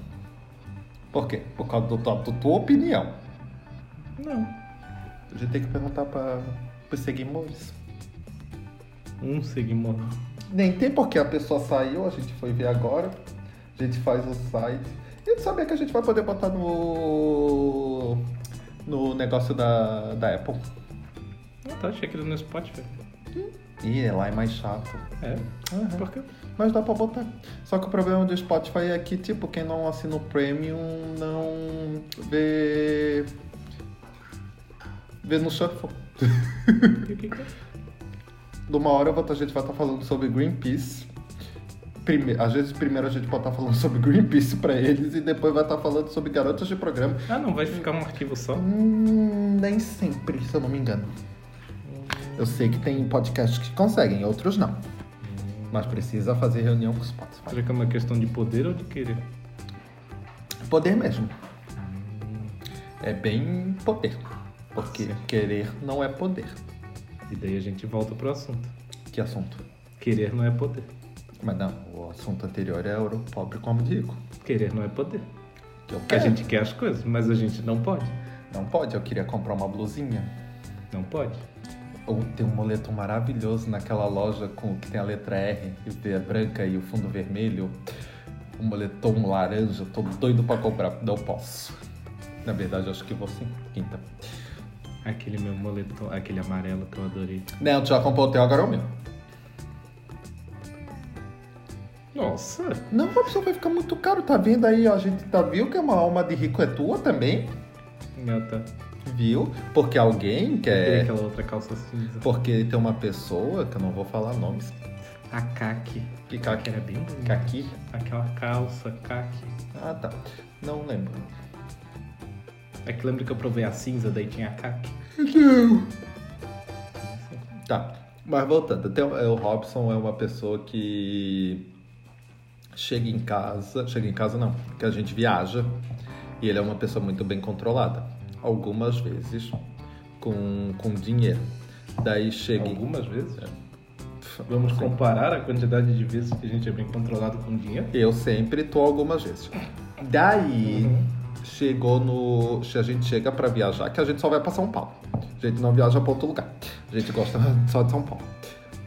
Speaker 1: Por quê? Por causa do- da da tua opinião.
Speaker 2: não.
Speaker 1: A gente tem que perguntar para os seguidores.
Speaker 2: Um seguimos.
Speaker 1: Nem tem porque a pessoa saiu, a gente foi ver agora. A gente faz o site. E saber que a gente vai poder botar no. no negócio da, da Apple.
Speaker 2: Ah, tá, achei aquilo no Spotify.
Speaker 1: Ih, lá é mais chato.
Speaker 2: É?
Speaker 1: Aham.
Speaker 2: Por quê?
Speaker 1: Mas dá pra botar. Só que o problema do Spotify é que, tipo, quem não assina o Premium não vê. vê no Shuffle.
Speaker 2: Que- é? que- que-
Speaker 1: De uma hora eu vou tá- a gente vai estar falando sobre Greenpeace. Prime... Às vezes, primeiro a gente pode estar falando sobre Greenpeace pra eles e depois vai estar falando sobre garotas de programa.
Speaker 2: Ah, não, vai ficar um arquivo só.
Speaker 1: Hum, nem sempre, se eu não me engano. Eu sei que tem podcasts que conseguem, outros não. Mas precisa fazer reunião com o Spotify.
Speaker 2: Será que é uma questão de poder ou de querer?
Speaker 1: Poder mesmo. É bem poder. Porque querer não é poder.
Speaker 2: E daí a gente volta pro assunto.
Speaker 1: Que assunto?
Speaker 2: Querer não é poder.
Speaker 1: Mas não, o assunto anterior é ouro pobre como rico.
Speaker 2: Querer não é poder.
Speaker 1: Que eu
Speaker 2: Porque a
Speaker 1: quero.
Speaker 2: gente quer as coisas, mas a gente não pode.
Speaker 1: Não pode, eu queria comprar uma blusinha.
Speaker 2: Não pode.
Speaker 1: Ou tem um moletom maravilhoso naquela loja com que tem a letra R e B branca e o fundo vermelho. Um moletom laranja, tô doido pra comprar, não posso. Na verdade, acho que vou sim, quinta.
Speaker 2: Aquele meu moletom, aquele amarelo que eu adorei.
Speaker 1: Não, tu já comprou o teu, agora é o meu.
Speaker 2: Nossa!
Speaker 1: Não, a opção vai ficar muito caro, tá vendo aí? ó, A gente tá viu que uma alma de rico é tua também,
Speaker 2: Não, tá.
Speaker 1: viu? Porque alguém
Speaker 2: E
Speaker 1: quer.
Speaker 2: aquela outra calça cinza.
Speaker 1: Porque tem uma pessoa, que eu não vou falar nomes,
Speaker 2: A caque.
Speaker 1: que
Speaker 2: Que
Speaker 1: caqui.
Speaker 2: era bem bonita.
Speaker 1: Caqui?
Speaker 2: Aquela calça, caque.
Speaker 1: Ah, tá. Não lembro.
Speaker 2: É que lembra que eu provei a cinza, daí tinha a caque.
Speaker 1: Tá. Mas voltando, tem, o- é, o Robson é uma pessoa que chega em casa. Chega em casa não, que a gente viaja. E ele é uma pessoa muito bem controlada. Algumas vezes com, com dinheiro. Daí chega. em-
Speaker 2: Algumas vezes. Vamos comparar a quantidade de vezes que a gente é bem controlado com dinheiro?
Speaker 1: Eu sempre tô algumas vezes. Daí chegou no. se A gente chega pra viajar, que a gente só vai pra São Paulo. A gente não viaja pra outro lugar. A gente gosta só de São Paulo.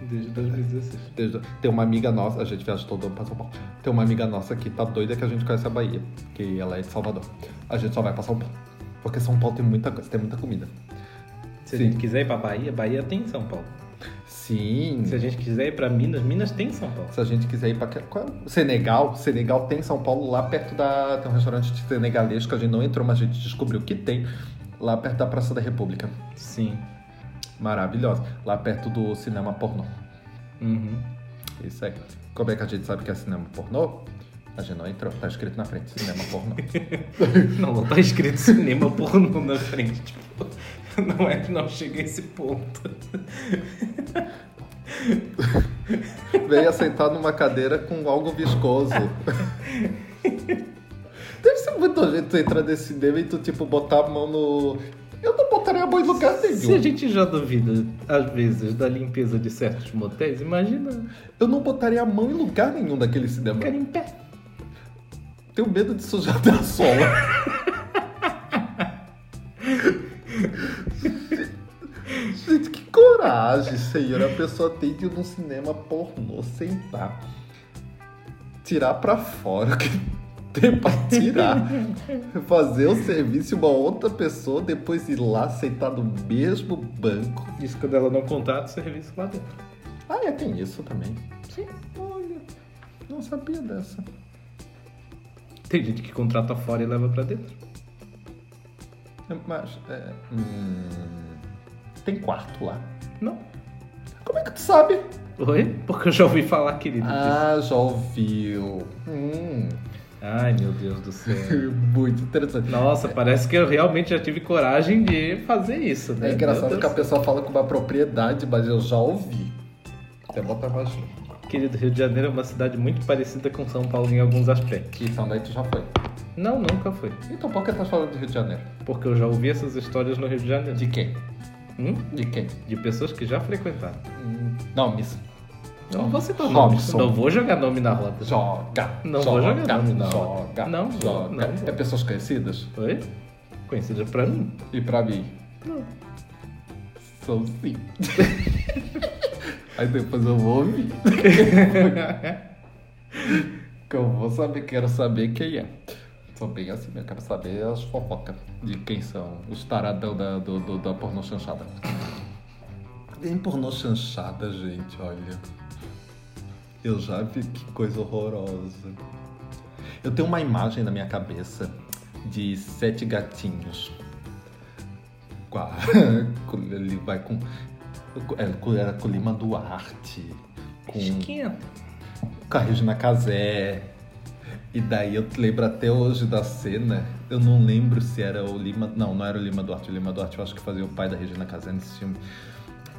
Speaker 2: Desde 2016.
Speaker 1: Desde- Tem uma amiga nossa, a gente viaja todo ano pra São Paulo. Tem uma amiga nossa que tá doida que a gente conhece a Bahia, que ela é de Salvador. A gente só vai pra São Paulo. Porque São Paulo tem muita coisa, tem muita comida.
Speaker 2: Se
Speaker 1: Sim.
Speaker 2: a gente quiser ir pra Bahia, Bahia tem em São Paulo.
Speaker 1: Sim.
Speaker 2: Se a gente quiser ir pra Minas, Minas tem em São Paulo.
Speaker 1: Se a gente quiser ir pra. que- Qual é? o- Senegal. Senegal tem em São Paulo, lá perto da. Tem um restaurante de senegalês que a gente não entrou, mas a gente descobriu que tem. Lá perto da Praça da República.
Speaker 2: Sim.
Speaker 1: Maravilhosa. Lá perto do cinema pornô.
Speaker 2: Uhum.
Speaker 1: Isso aí. Como é que a gente sabe que é cinema pornô? A gente não entrou, tá escrito na frente, cinema pornô.
Speaker 2: Não, não tá escrito cinema pornô na frente. Tipo, não é que não chega a esse ponto.
Speaker 1: Veio sentar numa cadeira com algo viscoso. Deve ser muito jeito tu entrar nesse cinema e tu, tipo, botar a mão no. Eu não botaria a mão em lugar nenhum.
Speaker 2: Se a gente já duvida, às vezes, da limpeza de certos motéis, imagina
Speaker 1: Eu não botaria a mão em lugar nenhum daquele cinema.
Speaker 2: ficar em pé.
Speaker 1: Tenho medo de sujar até a sola. Gente, que coragem, senhor. A pessoa tem que ir num cinema pornô sentar. Tirar pra fora o que tem pra tirar. Fazer o serviço de uma outra pessoa, depois ir lá sentar no mesmo banco.
Speaker 2: Isso quando ela não contrata o serviço lá dentro.
Speaker 1: Ah, é, tem isso também.
Speaker 2: Sim.
Speaker 1: Olha, não sabia dessa.
Speaker 2: Tem gente que contrata fora e leva pra dentro.
Speaker 1: Mas. é, hum, tem quarto lá.
Speaker 2: Não.
Speaker 1: Como é que tu sabe?
Speaker 2: Oi? Porque eu já ouvi falar, querido.
Speaker 1: Ah, já ouviu. Hum,
Speaker 2: disso. Ai, meu Deus do céu.
Speaker 1: muito interessante.
Speaker 2: Nossa, parece que eu realmente já tive coragem de fazer isso, né?
Speaker 1: É engraçado
Speaker 2: Meu
Speaker 1: que a
Speaker 2: Deus.
Speaker 1: pessoa fala com uma propriedade, mas eu já ouvi. Até botar mais um.
Speaker 2: Querido, Rio de Janeiro é uma cidade muito parecida com São Paulo em alguns aspectos.
Speaker 1: Então daí tu já foi.
Speaker 2: Não, nunca foi.
Speaker 1: Então por que estás falando do Rio de Janeiro?
Speaker 2: Porque eu já ouvi essas histórias no Rio de Janeiro.
Speaker 1: De quem?
Speaker 2: Hum?
Speaker 1: De quem?
Speaker 2: De pessoas que já frequentaram. Então, tá
Speaker 1: Hum, Nomes.
Speaker 2: Eu não vou citar nomes.
Speaker 1: Hum. Robson.
Speaker 2: Não Então, vou jogar nome na roda.
Speaker 1: Joga.
Speaker 2: Não
Speaker 1: joga,
Speaker 2: vou jogar nome, não.
Speaker 1: Joga.
Speaker 2: Não vou,
Speaker 1: joga.
Speaker 2: não vou.
Speaker 1: É pessoas conhecidas?
Speaker 2: Oi? Conhecida pra mim?
Speaker 1: E pra mim?
Speaker 2: Não.
Speaker 1: São sim. Aí depois eu vou ouvir. que eu vou saber, quero saber quem é. Sou bem assim, eu quero saber as fofocas de quem são os taradão da, do, do- da pornô chanchada. Tem pornô chanchada, gente, olha. Eu já vi que coisa horrorosa. Eu tenho uma imagem na minha cabeça de sete gatinhos. Com a- com- Ele vai com. é, com- Era com Lima Duarte. Com
Speaker 2: Esquenta.
Speaker 1: com a Regina Casé. E daí eu lembro até hoje da cena. Eu não lembro se era o Lima. Não, não era o Lima Duarte. O Lima Duarte eu acho que fazia o pai da Regina Casé nesse filme.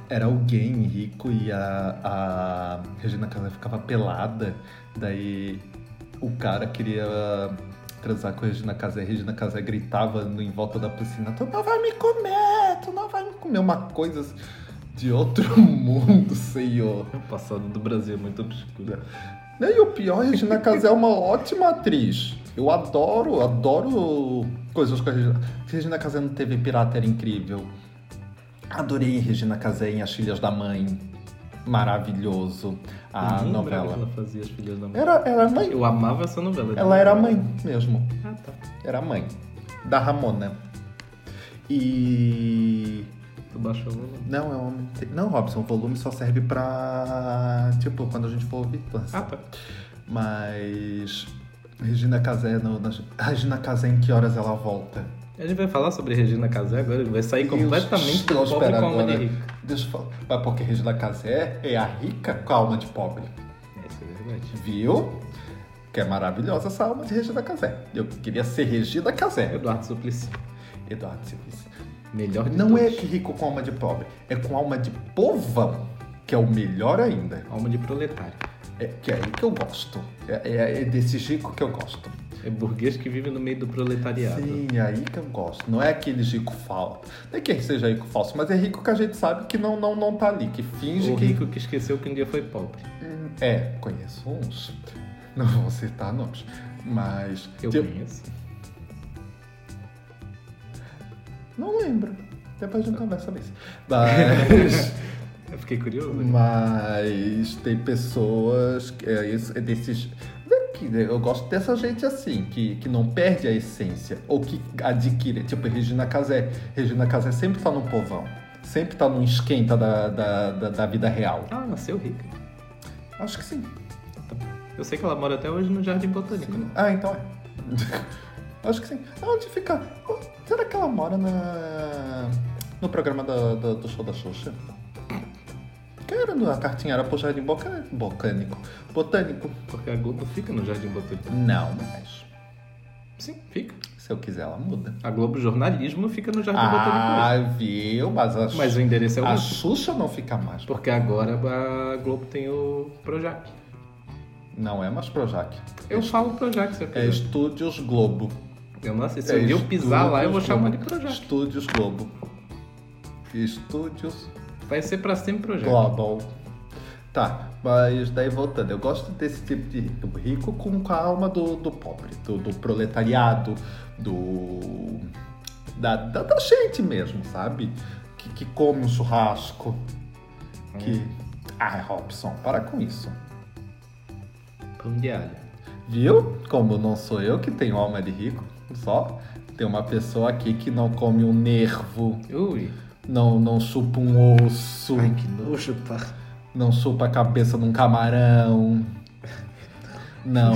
Speaker 1: Era alguém rico e a, a Regina Casé ficava pelada. Daí o cara queria transar com a Regina Casé. A Regina Casé gritava no- em volta da piscina: Tu não vai me comer, tu não vai me comer. Uma coisa assim, de outro mundo, senhor.
Speaker 2: O passado do Brasil é muito obscuro.
Speaker 1: Né, E o pior, a Regina Casé é uma ótima atriz. Eu adoro, adoro coisas com a Regina. Regina Casé no TV Pirata era incrível. Adorei Regina Casé em As Filhas da Mãe. Maravilhoso. A
Speaker 2: Eu nem lembrava que
Speaker 1: novela.
Speaker 2: Ela fazia as filhas da mãe.
Speaker 1: Era, era mãe.
Speaker 2: Eu amava essa novela.
Speaker 1: Ela era mãe mesmo.
Speaker 2: Ah, tá.
Speaker 1: Era mãe. Da Ramona. E.
Speaker 2: Tu baixou o volume.
Speaker 1: Não, é homem. Não, Robson, o volume só serve pra. Tipo, quando a gente for ouvir.
Speaker 2: Ah, tá.
Speaker 1: Mas. Regina Casé, no, na- Regina Casé, em que horas ela volta?
Speaker 2: A gente vai falar sobre Regina Casé agora. Vai sair É completamente
Speaker 1: Estou
Speaker 2: do pobre com
Speaker 1: esperando,
Speaker 2: alma de
Speaker 1: né?
Speaker 2: rico.
Speaker 1: Deixa eu falar. Mas porque Regina Casé é a rica com a alma de pobre.
Speaker 2: É, isso é verdade.
Speaker 1: Viu? Que é maravilhosa essa alma de Regina Casé. Eu queria ser Regina Casé.
Speaker 2: Eduardo Suplicy.
Speaker 1: Eduardo Silves.
Speaker 2: Melhor de
Speaker 1: Não é
Speaker 2: todos.
Speaker 1: que rico com alma de pobre, é com alma de povão, que é o melhor ainda.
Speaker 2: Alma de proletário.
Speaker 1: É, que é aí que eu gosto. É- é- é desse rico que eu gosto.
Speaker 2: É burguês que vive no meio do proletariado.
Speaker 1: Sim, é aí que eu gosto. Não é aquele rico falso. Não é que seja rico falso, mas é rico que a gente sabe que não, não, não tá ali, que finge
Speaker 2: O
Speaker 1: que.
Speaker 2: rico que esqueceu que um dia foi pobre.
Speaker 1: Hum, É, conheço uns. Não vou citar nomes. Mas.
Speaker 2: Eu
Speaker 1: tipo,
Speaker 2: conheço.
Speaker 1: Não lembro. Depois a gente conversa sobre isso. Mas.
Speaker 2: Eu fiquei curioso.
Speaker 1: mas tem pessoas. que- É, isso- é desses. daqui, né? Eu gosto dessa gente assim, que, que não perde a essência, ou que adquire, tipo Regina Casé. Regina Casé sempre tá no povão, sempre tá no esquenta da, da, da, da vida real.
Speaker 2: Ah, nasceu rica.
Speaker 1: Acho que sim.
Speaker 2: Eu sei que ela mora até hoje no Jardim Botânico. né?
Speaker 1: Ah, então é. Acho que sim. Onde fica? Será que ela mora na... no programa da, da- do show da Xuxa? Que era a cartinha, era pro Jardim Boca- Botânico. Botânico.
Speaker 2: Porque a Globo fica no Jardim Botânico.
Speaker 1: Não, mas
Speaker 2: Sim, fica.
Speaker 1: se eu quiser ela muda.
Speaker 2: A Globo Jornalismo fica no Jardim Botânico
Speaker 1: Ah, viu, mas a,
Speaker 2: hoje. Mas o endereço é o
Speaker 1: a
Speaker 2: mesmo.
Speaker 1: Xuxa não fica mais.
Speaker 2: Porque agora a Globo tem o Projac.
Speaker 1: Não é mais Projac.
Speaker 2: Eu falo Projac, se eu
Speaker 1: É
Speaker 2: quiser.
Speaker 1: Estúdios Globo.
Speaker 2: Eu não assisto.
Speaker 1: É
Speaker 2: Se eu pisar lá, eu vou
Speaker 1: Estúdios Globo.
Speaker 2: chamar de Projac.
Speaker 1: Estúdios Globo. Estúdios
Speaker 2: Vai ser pra sempre Projac.
Speaker 1: Global. Tá, mas daí voltando, eu gosto desse tipo de rico, rico com a alma do, do pobre, do, do proletariado, do. Da, da, da gente mesmo, sabe? Que, que come um churrasco. Que.
Speaker 2: Hum.
Speaker 1: Ai, Robson, para com isso.
Speaker 2: Pão de alho.
Speaker 1: Viu? Como não sou eu que tenho alma de rico, só tem uma pessoa aqui que não come um nervo,
Speaker 2: Ui.
Speaker 1: não, não chupa um osso.
Speaker 2: que nojo, pá.
Speaker 1: Não chupa a cabeça de um camarão. Não.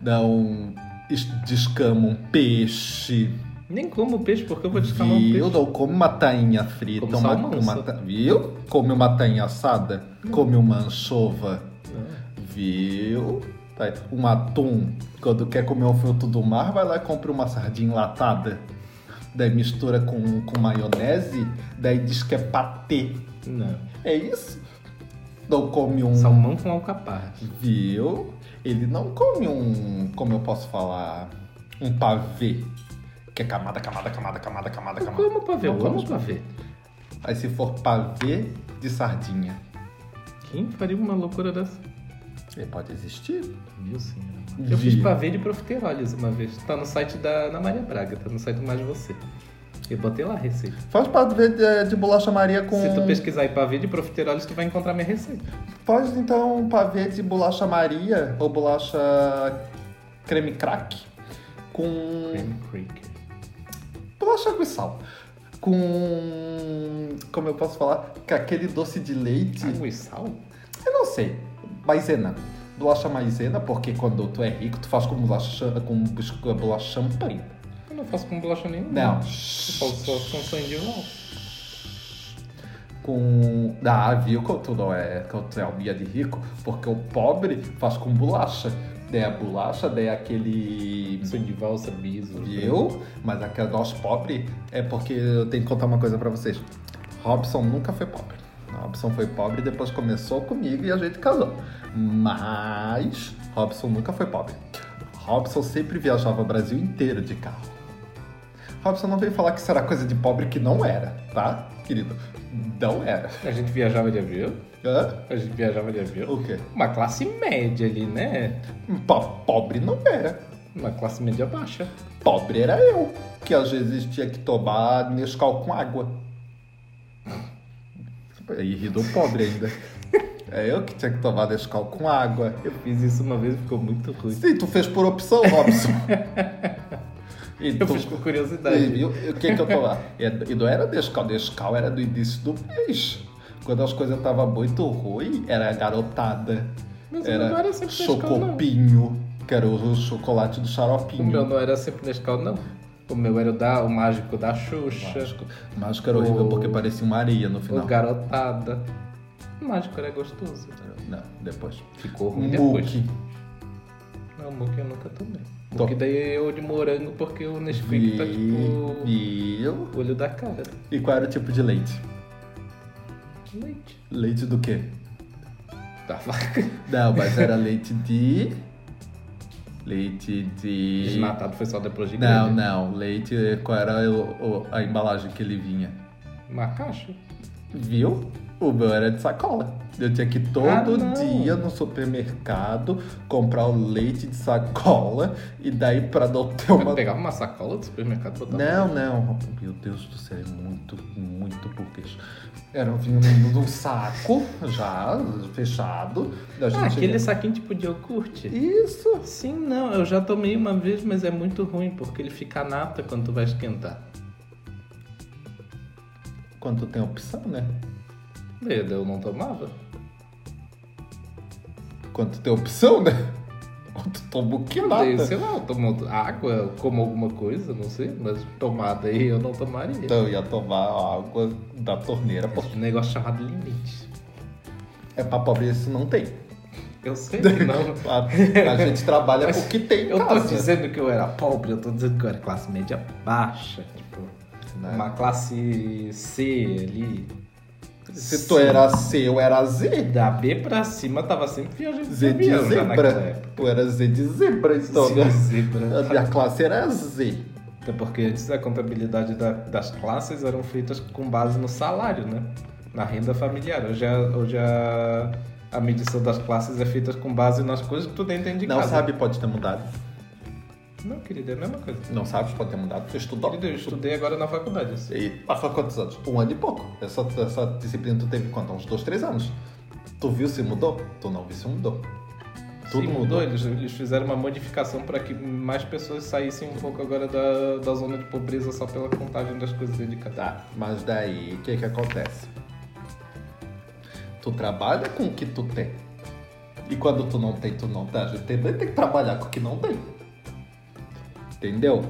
Speaker 1: não es- descama um peixe.
Speaker 2: Nem como peixe, porque eu vou descamar um
Speaker 1: Viu?
Speaker 2: peixe.
Speaker 1: Não come uma tainha frita.
Speaker 2: Como
Speaker 1: uma,
Speaker 2: salmão, Hum.
Speaker 1: uma
Speaker 2: só.
Speaker 1: ta- Viu? Come uma tainha assada. Come uma anchova. Viu? Tá aí. Um atum. Quando quer comer um fruto do mar, vai lá e compra uma sardinha enlatada. Daí mistura com, com maionese. Daí diz que é patê.
Speaker 2: Não.
Speaker 1: É isso? não come um.
Speaker 2: Salmão com alcaparra.
Speaker 1: Viu? Ele não come um. Como eu posso falar? Um pavê. Que é camada, camada, camada, camada, camada,
Speaker 2: Eu
Speaker 1: camada.
Speaker 2: como pavê,
Speaker 1: Não
Speaker 2: eu amo
Speaker 1: come.
Speaker 2: pavê.
Speaker 1: Aí se for pavê de sardinha.
Speaker 2: Quem faria uma loucura dessa?
Speaker 1: Ele pode existir?
Speaker 2: Meu senhor. Eu fiz
Speaker 1: Vi.
Speaker 2: pavê de profiteroles uma vez. Tá no site da Ana Maria Braga, tá no site do Mais Você. Eu botei lá a receita.
Speaker 1: Faz pavê de, de bolacha Maria com.
Speaker 2: Se tu pesquisar em pavê de profiteroles, tu vai encontrar minha receita.
Speaker 1: Faz então um pavê de bolacha Maria ou bolacha creme crack com.
Speaker 2: Cream um Cracker.
Speaker 1: Bolacha água e sal. Com. Como eu posso falar? Com aquele doce de leite.
Speaker 2: Água e sal?
Speaker 1: Eu não sei. Maisena. Bolacha maisena, porque quando tu é rico, tu faz com bolacha, cha- com bis- com bolacha champanhe.
Speaker 2: Eu não faço com bolacha nenhuma.
Speaker 1: Não.
Speaker 2: Eu faço só com sangue de val.
Speaker 1: Com. Ah, viu que tu não é. Que tu é alminha de rico? Porque o pobre faz com bolacha. Daí a bolacha, daí aquele.
Speaker 2: Sangue de valsa, biso.
Speaker 1: Eu, mas aquela nós pobre é porque eu tenho que contar uma coisa pra vocês. Robson nunca foi pobre. Robson foi pobre depois começou comigo e a gente casou. Mas Robson nunca foi pobre. Robson sempre viajava o Brasil inteiro de carro. Robson não veio falar que isso era coisa de pobre que não era, tá, querido? Não era.
Speaker 2: A gente viajava de avião?
Speaker 1: Hã?
Speaker 2: A gente viajava de avião?
Speaker 1: O quê? Hum,
Speaker 2: Uma classe média ali, né?
Speaker 1: Po- pobre não era.
Speaker 2: Uma classe média baixa.
Speaker 1: Pobre era eu, que às vezes tinha que tomar Nescau com água. E ri do pobre ainda. É eu que tinha que tomar Nescau com água.
Speaker 2: Eu fiz isso uma vez e ficou muito ruim.
Speaker 1: Sim, tu fez por opção, Robson. E
Speaker 2: Eu
Speaker 1: tu-
Speaker 2: fiz por
Speaker 1: e
Speaker 2: curiosidade.
Speaker 1: viu? E o que que eu tô lá? É, E e não era Nescau, Nescau era do início do mês. Quando as coisas estavam muito ruim, era garotada.
Speaker 2: Mas o meu não
Speaker 1: Era
Speaker 2: era sempre Nescau, não.
Speaker 1: chocopinho, que era o chocolate do
Speaker 2: O
Speaker 1: xaropinho.
Speaker 2: meu não era sempre Nescau, não. O meu era o, da, o mágico da Xuxa,
Speaker 1: Mágico. Mágico era é horrível
Speaker 2: O-
Speaker 1: porque parecia uma areia no
Speaker 2: o
Speaker 1: final.
Speaker 2: garotada. O mágico era gostoso.
Speaker 1: Não, depois.
Speaker 2: Ficou ruim depois.
Speaker 1: Muque.
Speaker 2: Não, muque eu nunca tomei.
Speaker 1: Tô.
Speaker 2: Porque daí é eu de morango, porque o Nesquik tá tipo
Speaker 1: Viu?
Speaker 2: o olho da cara.
Speaker 1: E qual era o tipo de leite?
Speaker 2: Leite.
Speaker 1: Leite do quê? Tá.
Speaker 2: Da vaca.
Speaker 1: Não, mas era leite de. Leite de.
Speaker 2: Desmatado foi só depois de
Speaker 1: Não,
Speaker 2: grelha.
Speaker 1: não. Leite. Qual era o- o- a embalagem que ele vinha?
Speaker 2: Uma caixa?
Speaker 1: Viu? O meu era de sacola. Eu tinha que todo
Speaker 2: Ah, não.
Speaker 1: dia no supermercado comprar o leite de sacola e daí pra não ter uma
Speaker 2: Eu pegava uma sacola do supermercado e botava.
Speaker 1: Não, não. Meu Deus do céu, é muito, muito burguês. Era um vinho num num saco, já, fechado. Da
Speaker 2: Ah,
Speaker 1: gente...
Speaker 2: aquele saquinho tipo de iogurte.
Speaker 1: Isso.
Speaker 2: Sim, não, eu já tomei uma vez, mas é muito ruim, porque ele fica nata quando tu vai esquentar.
Speaker 1: Quando tem opção, né?
Speaker 2: Eu eu não tomava.
Speaker 1: Quando tem opção, né? Quando toma o que
Speaker 2: Eu
Speaker 1: nada.
Speaker 2: dei, sei lá, eu tomo água, eu como alguma coisa, não sei, mas tomada aí eu não tomaria.
Speaker 1: Então, eu ia tomar a água da torneira. pô.
Speaker 2: Um negócio chamado limite.
Speaker 1: É pra pobre isso não tem.
Speaker 2: Eu sei que não.
Speaker 1: A, a gente trabalha com o que tem em
Speaker 2: Tá. Eu tô
Speaker 1: casa.
Speaker 2: dizendo que eu era pobre, eu tô dizendo que eu era classe média baixa. Tipo,
Speaker 1: Né?
Speaker 2: uma classe C ali.
Speaker 1: Se tu era C, eu era Z.
Speaker 2: Da B pra cima, tava sempre viajando de
Speaker 1: Z de
Speaker 2: avião já naquela
Speaker 1: zebra.
Speaker 2: época.
Speaker 1: Tu era Z de zebra, então,
Speaker 2: né?
Speaker 1: né?
Speaker 2: Sim,
Speaker 1: A
Speaker 2: zebra.
Speaker 1: minha classe era Z.
Speaker 2: Até porque antes a contabilidade da- das classes eram feitas com base no salário, né? Na renda familiar. Hoje, a, hoje a, a medição das classes é feita com base nas coisas que tu nem tem de
Speaker 1: não
Speaker 2: casa.
Speaker 1: sabe, pode ter mudado.
Speaker 2: Não, querido, é a mesma coisa.
Speaker 1: Não sabe, pode ter mudado. Tu estudou.
Speaker 2: Querido, eu estudei agora na faculdade. assim.
Speaker 1: E passou quantos anos? Um ano e pouco. Essa, essa disciplina tu teve quanto? Uns dois, três anos. Tu viu se mudou? Tu não viu se mudou. Tudo
Speaker 2: Sim,
Speaker 1: mudou.
Speaker 2: mudou. Eles, eles fizeram uma modificação para que mais pessoas saíssem um pouco agora da, da zona de pobreza só pela contagem das coisas dedicadas.
Speaker 1: Tá, mas daí, o que que acontece? Tu trabalha com o que tu tem. E quando tu não tem, tu não tem. A gente tem, tem que trabalhar com o que não tem. Entendeu?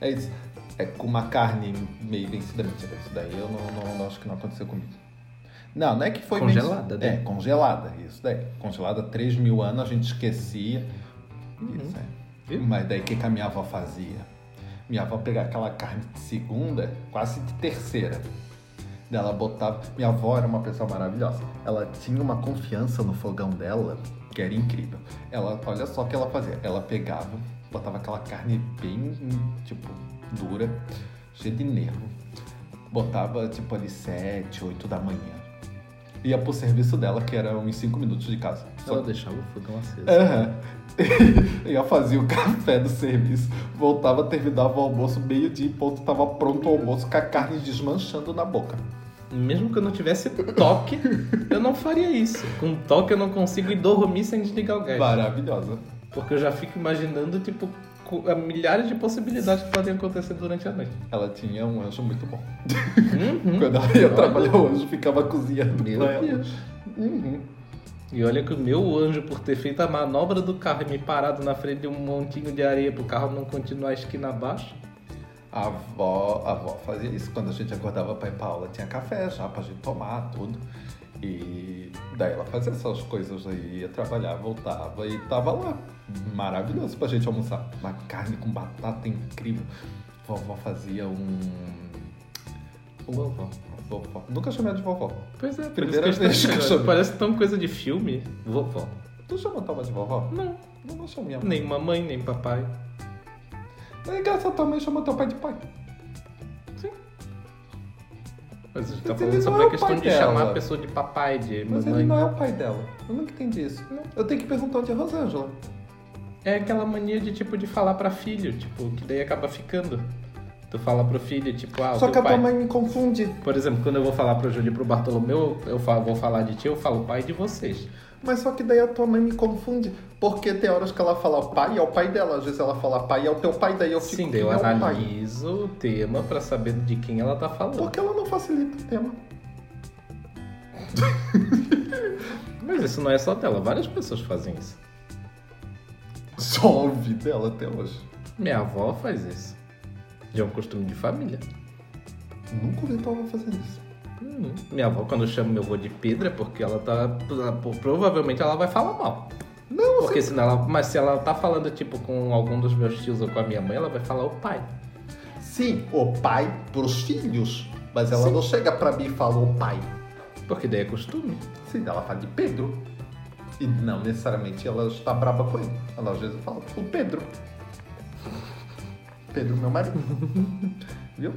Speaker 1: É isso. É com uma carne meio vencida. Mentira, isso daí eu não, não- não acho que não aconteceu comigo. Não, não é que foi vencida.
Speaker 2: Congelada, né?
Speaker 1: É, congelada, isso daí. Congelada há 3 mil anos, a gente esquecia. Isso é.
Speaker 2: Uhum. Viu?
Speaker 1: Mas daí o que, que a minha avó fazia? Minha avó pegava aquela carne de segunda, quase de terceira. Ela botava. tipo, Minha avó era uma pessoa maravilhosa. Ela tinha uma confiança no fogão dela que era incrível. Ela, olha só o que ela fazia. Ela pegava, botava aquela carne bem, tipo, dura, cheia de nervo. Botava, tipo, ali 7, 8 da manhã. Ia pro serviço dela, que era uns 5 minutos de casa. Só
Speaker 3: Ela deixava o fogão aceso.
Speaker 1: Aham. Ia fazer o café do serviço, voltava, terminava o almoço, meio-dia e ponto, tava pronto o almoço com a carne desmanchando na boca.
Speaker 2: É, Mesmo que eu não tivesse toque, eu não faria isso. Com toque eu não consigo ir dormir sem desligar o gás.
Speaker 1: É Maravilhosa.
Speaker 2: Porque eu já fico imaginando, tipo, co- a milhares de possibilidades que podem acontecer durante a noite.
Speaker 1: Ela tinha um anjo muito bom.
Speaker 2: Uhum.
Speaker 1: Quando ela ia trabalhar, o anjo ficava cozinhando
Speaker 3: Hum? Meu
Speaker 1: pra ela.
Speaker 3: Deus.
Speaker 1: Uhum.
Speaker 2: E olha que o meu anjo, por ter feito a manobra do carro e me parado na frente de um montinho de areia pro carro não continuar a esquina abaixo.
Speaker 1: A avó, a avó fazia isso. Quando a gente acordava pra ir pra aula, tinha café já pra gente tomar, tudo. E daí ela fazia essas coisas aí, ia trabalhar, voltava e tava lá. Maravilhoso pra gente almoçar. Uma carne com batata incrível. Vovó fazia um. um-
Speaker 2: Vovó.
Speaker 1: Vovó. Nunca chamei ela de vovó.
Speaker 2: Pois é, por
Speaker 1: Primeira
Speaker 2: isso que eu
Speaker 1: vez que eu
Speaker 2: estranho
Speaker 1: soube.
Speaker 2: agora. Parece tão coisa de filme.
Speaker 3: Vovó.
Speaker 1: Tu chama tua mãe de vovó?
Speaker 2: Não,
Speaker 1: Não, não chamo minha mãe.
Speaker 2: nem mamãe, nem papai.
Speaker 1: É legal, só tua mãe chama teu pai de pai.
Speaker 2: Mas a gente tá
Speaker 1: Mas ele não
Speaker 2: falando sobre
Speaker 1: é
Speaker 2: a
Speaker 1: o
Speaker 2: questão
Speaker 1: pai
Speaker 2: de chamar
Speaker 1: dela.
Speaker 2: a pessoa de papai, de
Speaker 1: Mas ele
Speaker 2: mamãe.
Speaker 1: não é o pai dela. Eu nunca entendi isso. Eu tenho que perguntar onde é Rosângela.
Speaker 2: É aquela mania de tipo de falar pra filho, tipo, que daí acaba ficando. Tu fala pro filho, tipo, ah, o
Speaker 1: Só
Speaker 2: teu
Speaker 1: que a
Speaker 2: pai.
Speaker 1: tua mãe me confunde.
Speaker 2: Por exemplo, quando eu vou falar pro Júlio e pro Bartolomeu, eu falo, vou falar de ti, eu falo pai de vocês.
Speaker 1: Mas só que daí a tua mãe me confunde, porque tem horas que ela fala pai, é o pai dela, às vezes ela fala pai, é o teu pai, daí eu fico
Speaker 2: Sim,
Speaker 1: quem
Speaker 2: daí eu
Speaker 1: é o pai.
Speaker 2: analiso o tema pra saber de quem ela tá falando.
Speaker 1: Porque ela não facilita o tema.
Speaker 2: Mas isso não é só dela, várias pessoas fazem isso.
Speaker 1: Só ouvi dela até hoje.
Speaker 2: Minha avó faz isso. Já é um costume de família.
Speaker 1: Nunca ouvi tua avó fazer isso.
Speaker 2: Hum, Minha avó, quando chama meu avô de pedra, é porque ela tá. Provavelmente ela vai falar mal.
Speaker 1: Não,
Speaker 2: Porque senão ela. Mas se ela tá falando, tipo, com algum dos meus tios ou com a minha mãe, ela vai falar o pai.
Speaker 1: sim, o pai pros filhos, mas ela
Speaker 2: Sim.
Speaker 1: não chega pra mim e fala o pai.
Speaker 2: Porque daí é costume.
Speaker 1: Sim, ela fala de Pedro. E não necessariamente ela está brava com ele. Ela às vezes fala, o Pedro. Pedro, meu marido. Viu?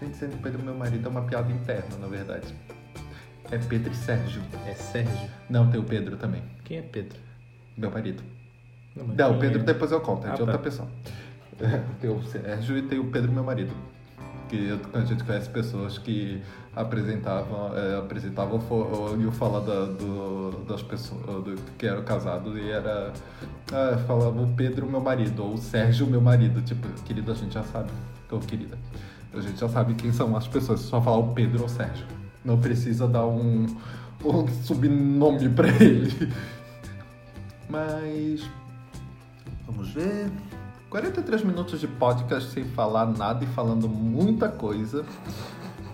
Speaker 1: Gente, sendo Pedro, meu marido é uma piada interna, na verdade. É Pedro e Sérgio.
Speaker 2: É Sérgio.
Speaker 1: Não, tem o Pedro também.
Speaker 2: Quem é Pedro?
Speaker 1: Meu marido.
Speaker 2: mas
Speaker 1: Não, o
Speaker 2: quem
Speaker 1: Pedro
Speaker 2: é?
Speaker 1: depois eu conto, é de
Speaker 2: Ah, tá.
Speaker 1: outra pessoa. Tem o Sérgio e tem o Pedro, meu marido. Que eu- a gente conhece pessoas que apresentavam, é, apresentavam fo- ou iam falar da- do, das pessoas do- que eram casados e era. Ah, falava o Pedro, meu marido, ou o Sérgio, meu marido. Tipo, querida, a gente já sabe. Ou querida, a gente já sabe quem são as pessoas, só falar o Pedro ou o Sérgio. Não precisa dar um, um subnome pra ele. Mas. Vamos ver. 43 minutos de podcast sem falar nada e falando muita coisa.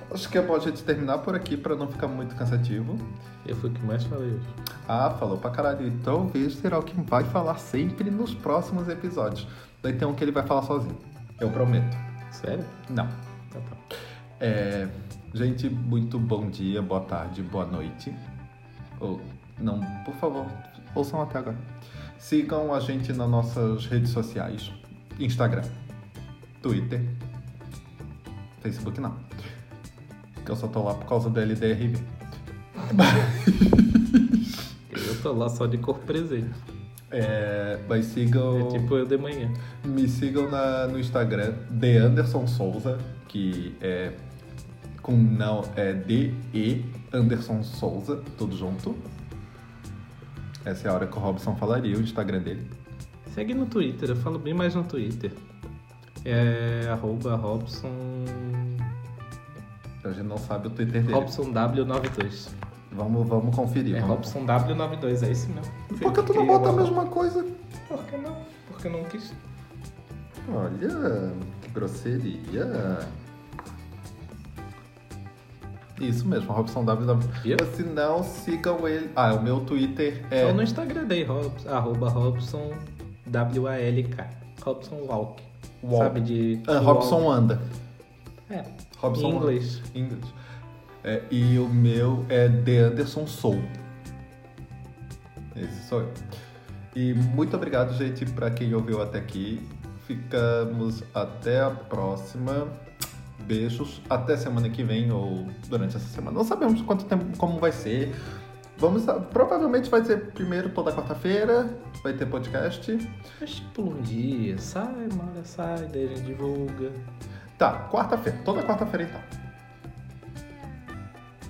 Speaker 1: Acho que é bom a gente terminar por aqui pra não ficar muito cansativo.
Speaker 2: Eu fui o que mais falei hoje.
Speaker 1: Ah, falou pra caralho. Então, veja será o que vai falar sempre nos próximos episódios. Daí tem um que ele vai falar sozinho. Eu prometo.
Speaker 2: Sério?
Speaker 1: Não.
Speaker 2: Tá, tá.
Speaker 1: É, gente, muito bom dia, boa tarde, boa noite. Ou, não, por favor, ouçam até agora. Sigam a gente nas nossas redes sociais: Instagram, Twitter, Facebook não. Que eu só tô lá por causa do LDRB.
Speaker 2: Eu tô lá só de cor presente.
Speaker 1: É, mas sigam.
Speaker 2: É tipo eu de manhã.
Speaker 1: Me sigam na- no Instagram, The Anderson Souza, que é com não é D E Anderson Souza, tudo junto. Essa é a hora que o Robson falaria o Instagram dele.
Speaker 2: Segue no Twitter, eu falo bem mais no Twitter. É arroba Robson.
Speaker 1: A gente não sabe o Twitter dele.
Speaker 2: Robson W92.
Speaker 1: Vamos, vamos conferir.
Speaker 2: É
Speaker 1: vamos- é
Speaker 2: Robson W92, é isso mesmo.
Speaker 1: Por que tu não bota a mesma coisa?
Speaker 2: Por que não? Porque eu não quis.
Speaker 1: Olha, que grosseria. Isso mesmo, Robson W.
Speaker 2: Yep.
Speaker 1: Se não, sigam ele. Ah, o meu Twitter é.
Speaker 2: Então no Instagram daí, Robson, arroba Robson W-A-L-K. Robson Walk.
Speaker 1: Walk.
Speaker 2: Sabe de.
Speaker 1: Ah, Robson anda.
Speaker 2: Walk. É.
Speaker 1: Robson
Speaker 2: em inglês.
Speaker 1: Inglês. É, e o meu é The Anderson Soul. Esse sou eu. E muito obrigado, gente, para quem ouviu até aqui. Ficamos até a próxima. Beijos. Até semana que vem ou durante essa semana. Não sabemos quanto tempo, como vai ser. Vamos, provavelmente vai ser primeiro toda quarta-feira, vai ter podcast.
Speaker 2: Mas pula um dia, sai, mora, sai, daí a gente divulga.
Speaker 1: Tá, quarta-feira, toda quarta-feira então.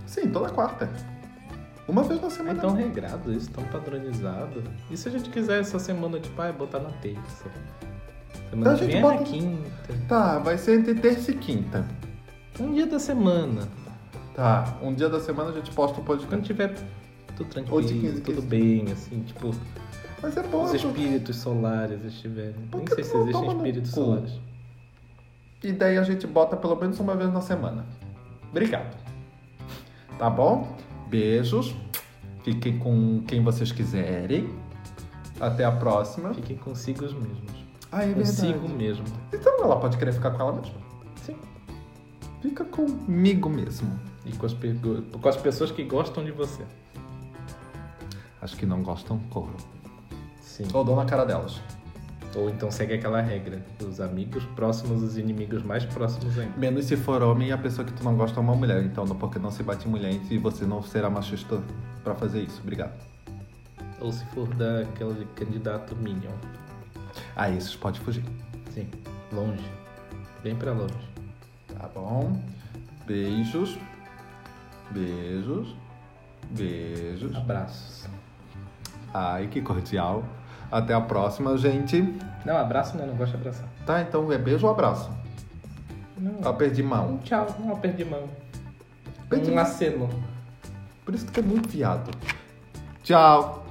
Speaker 1: Sim, toda quarta. Uma vez na
Speaker 2: Ah,
Speaker 1: semana.
Speaker 2: então regrado isso, tão padronizado. E se a gente quiser essa semana de pai botar na terça?
Speaker 1: Então a
Speaker 2: Semana que
Speaker 1: gente
Speaker 2: vem é
Speaker 1: bota-
Speaker 2: na quinta.
Speaker 1: Tá, vai ser entre terça e quinta.
Speaker 2: Um dia da semana.
Speaker 1: Tá, um dia da semana a gente posta o
Speaker 2: Quando
Speaker 1: podcast.
Speaker 2: tiver tudo
Speaker 1: Ou de
Speaker 2: tranquilo,
Speaker 1: 15,
Speaker 2: tudo
Speaker 1: 15.
Speaker 2: bem, assim, tipo,
Speaker 1: Mas é bom.
Speaker 2: os
Speaker 1: tu-
Speaker 2: espíritos solares estiverem.
Speaker 1: Por
Speaker 2: Nem
Speaker 1: que
Speaker 2: sei se
Speaker 1: tu não
Speaker 2: existem
Speaker 1: toma no
Speaker 2: espíritos
Speaker 1: cu?
Speaker 2: solares.
Speaker 1: E daí a gente bota pelo menos uma vez na semana. Obrigado. Tá bom? Beijos. Fiquem com quem vocês quiserem. Até a próxima.
Speaker 2: Fiquem consigo os mesmos.
Speaker 1: Ah, é
Speaker 2: Consigo mesmo.
Speaker 1: Então ela pode querer ficar com ela mesma.
Speaker 2: Sim.
Speaker 1: Fica comigo mesmo.
Speaker 2: E com as, pergo- com as pessoas que gostam de você.
Speaker 1: Acho que não gostam, corro.
Speaker 2: Sim.
Speaker 1: Ou dou na cara delas.
Speaker 2: Ou então segue aquela regra: os amigos próximos, os inimigos mais próximos ainda.
Speaker 1: Menos se for homem e a pessoa que tu não gosta é uma mulher. Então, não- porque não se bate em mulher e você não será machista pra fazer isso. Obrigado.
Speaker 2: Ou se for daquele candidato Minion.
Speaker 1: Ah, esses pode fugir.
Speaker 2: Sim. Longe. Bem pra longe.
Speaker 1: Tá bom? Beijos. Beijos. Beijos.
Speaker 2: Abraços.
Speaker 1: Ai, que cordial. Até a próxima, gente.
Speaker 2: Não, abraço não, não gosto de abraçar.
Speaker 1: Tá, então é beijo ou abraço?
Speaker 2: Não.
Speaker 1: Aperto de mão.
Speaker 2: Um tchau, um aperto de mão.
Speaker 1: Aperto de
Speaker 2: Um
Speaker 1: mão.
Speaker 2: aceno.
Speaker 1: Por isso que tu é muito viado. Tchau.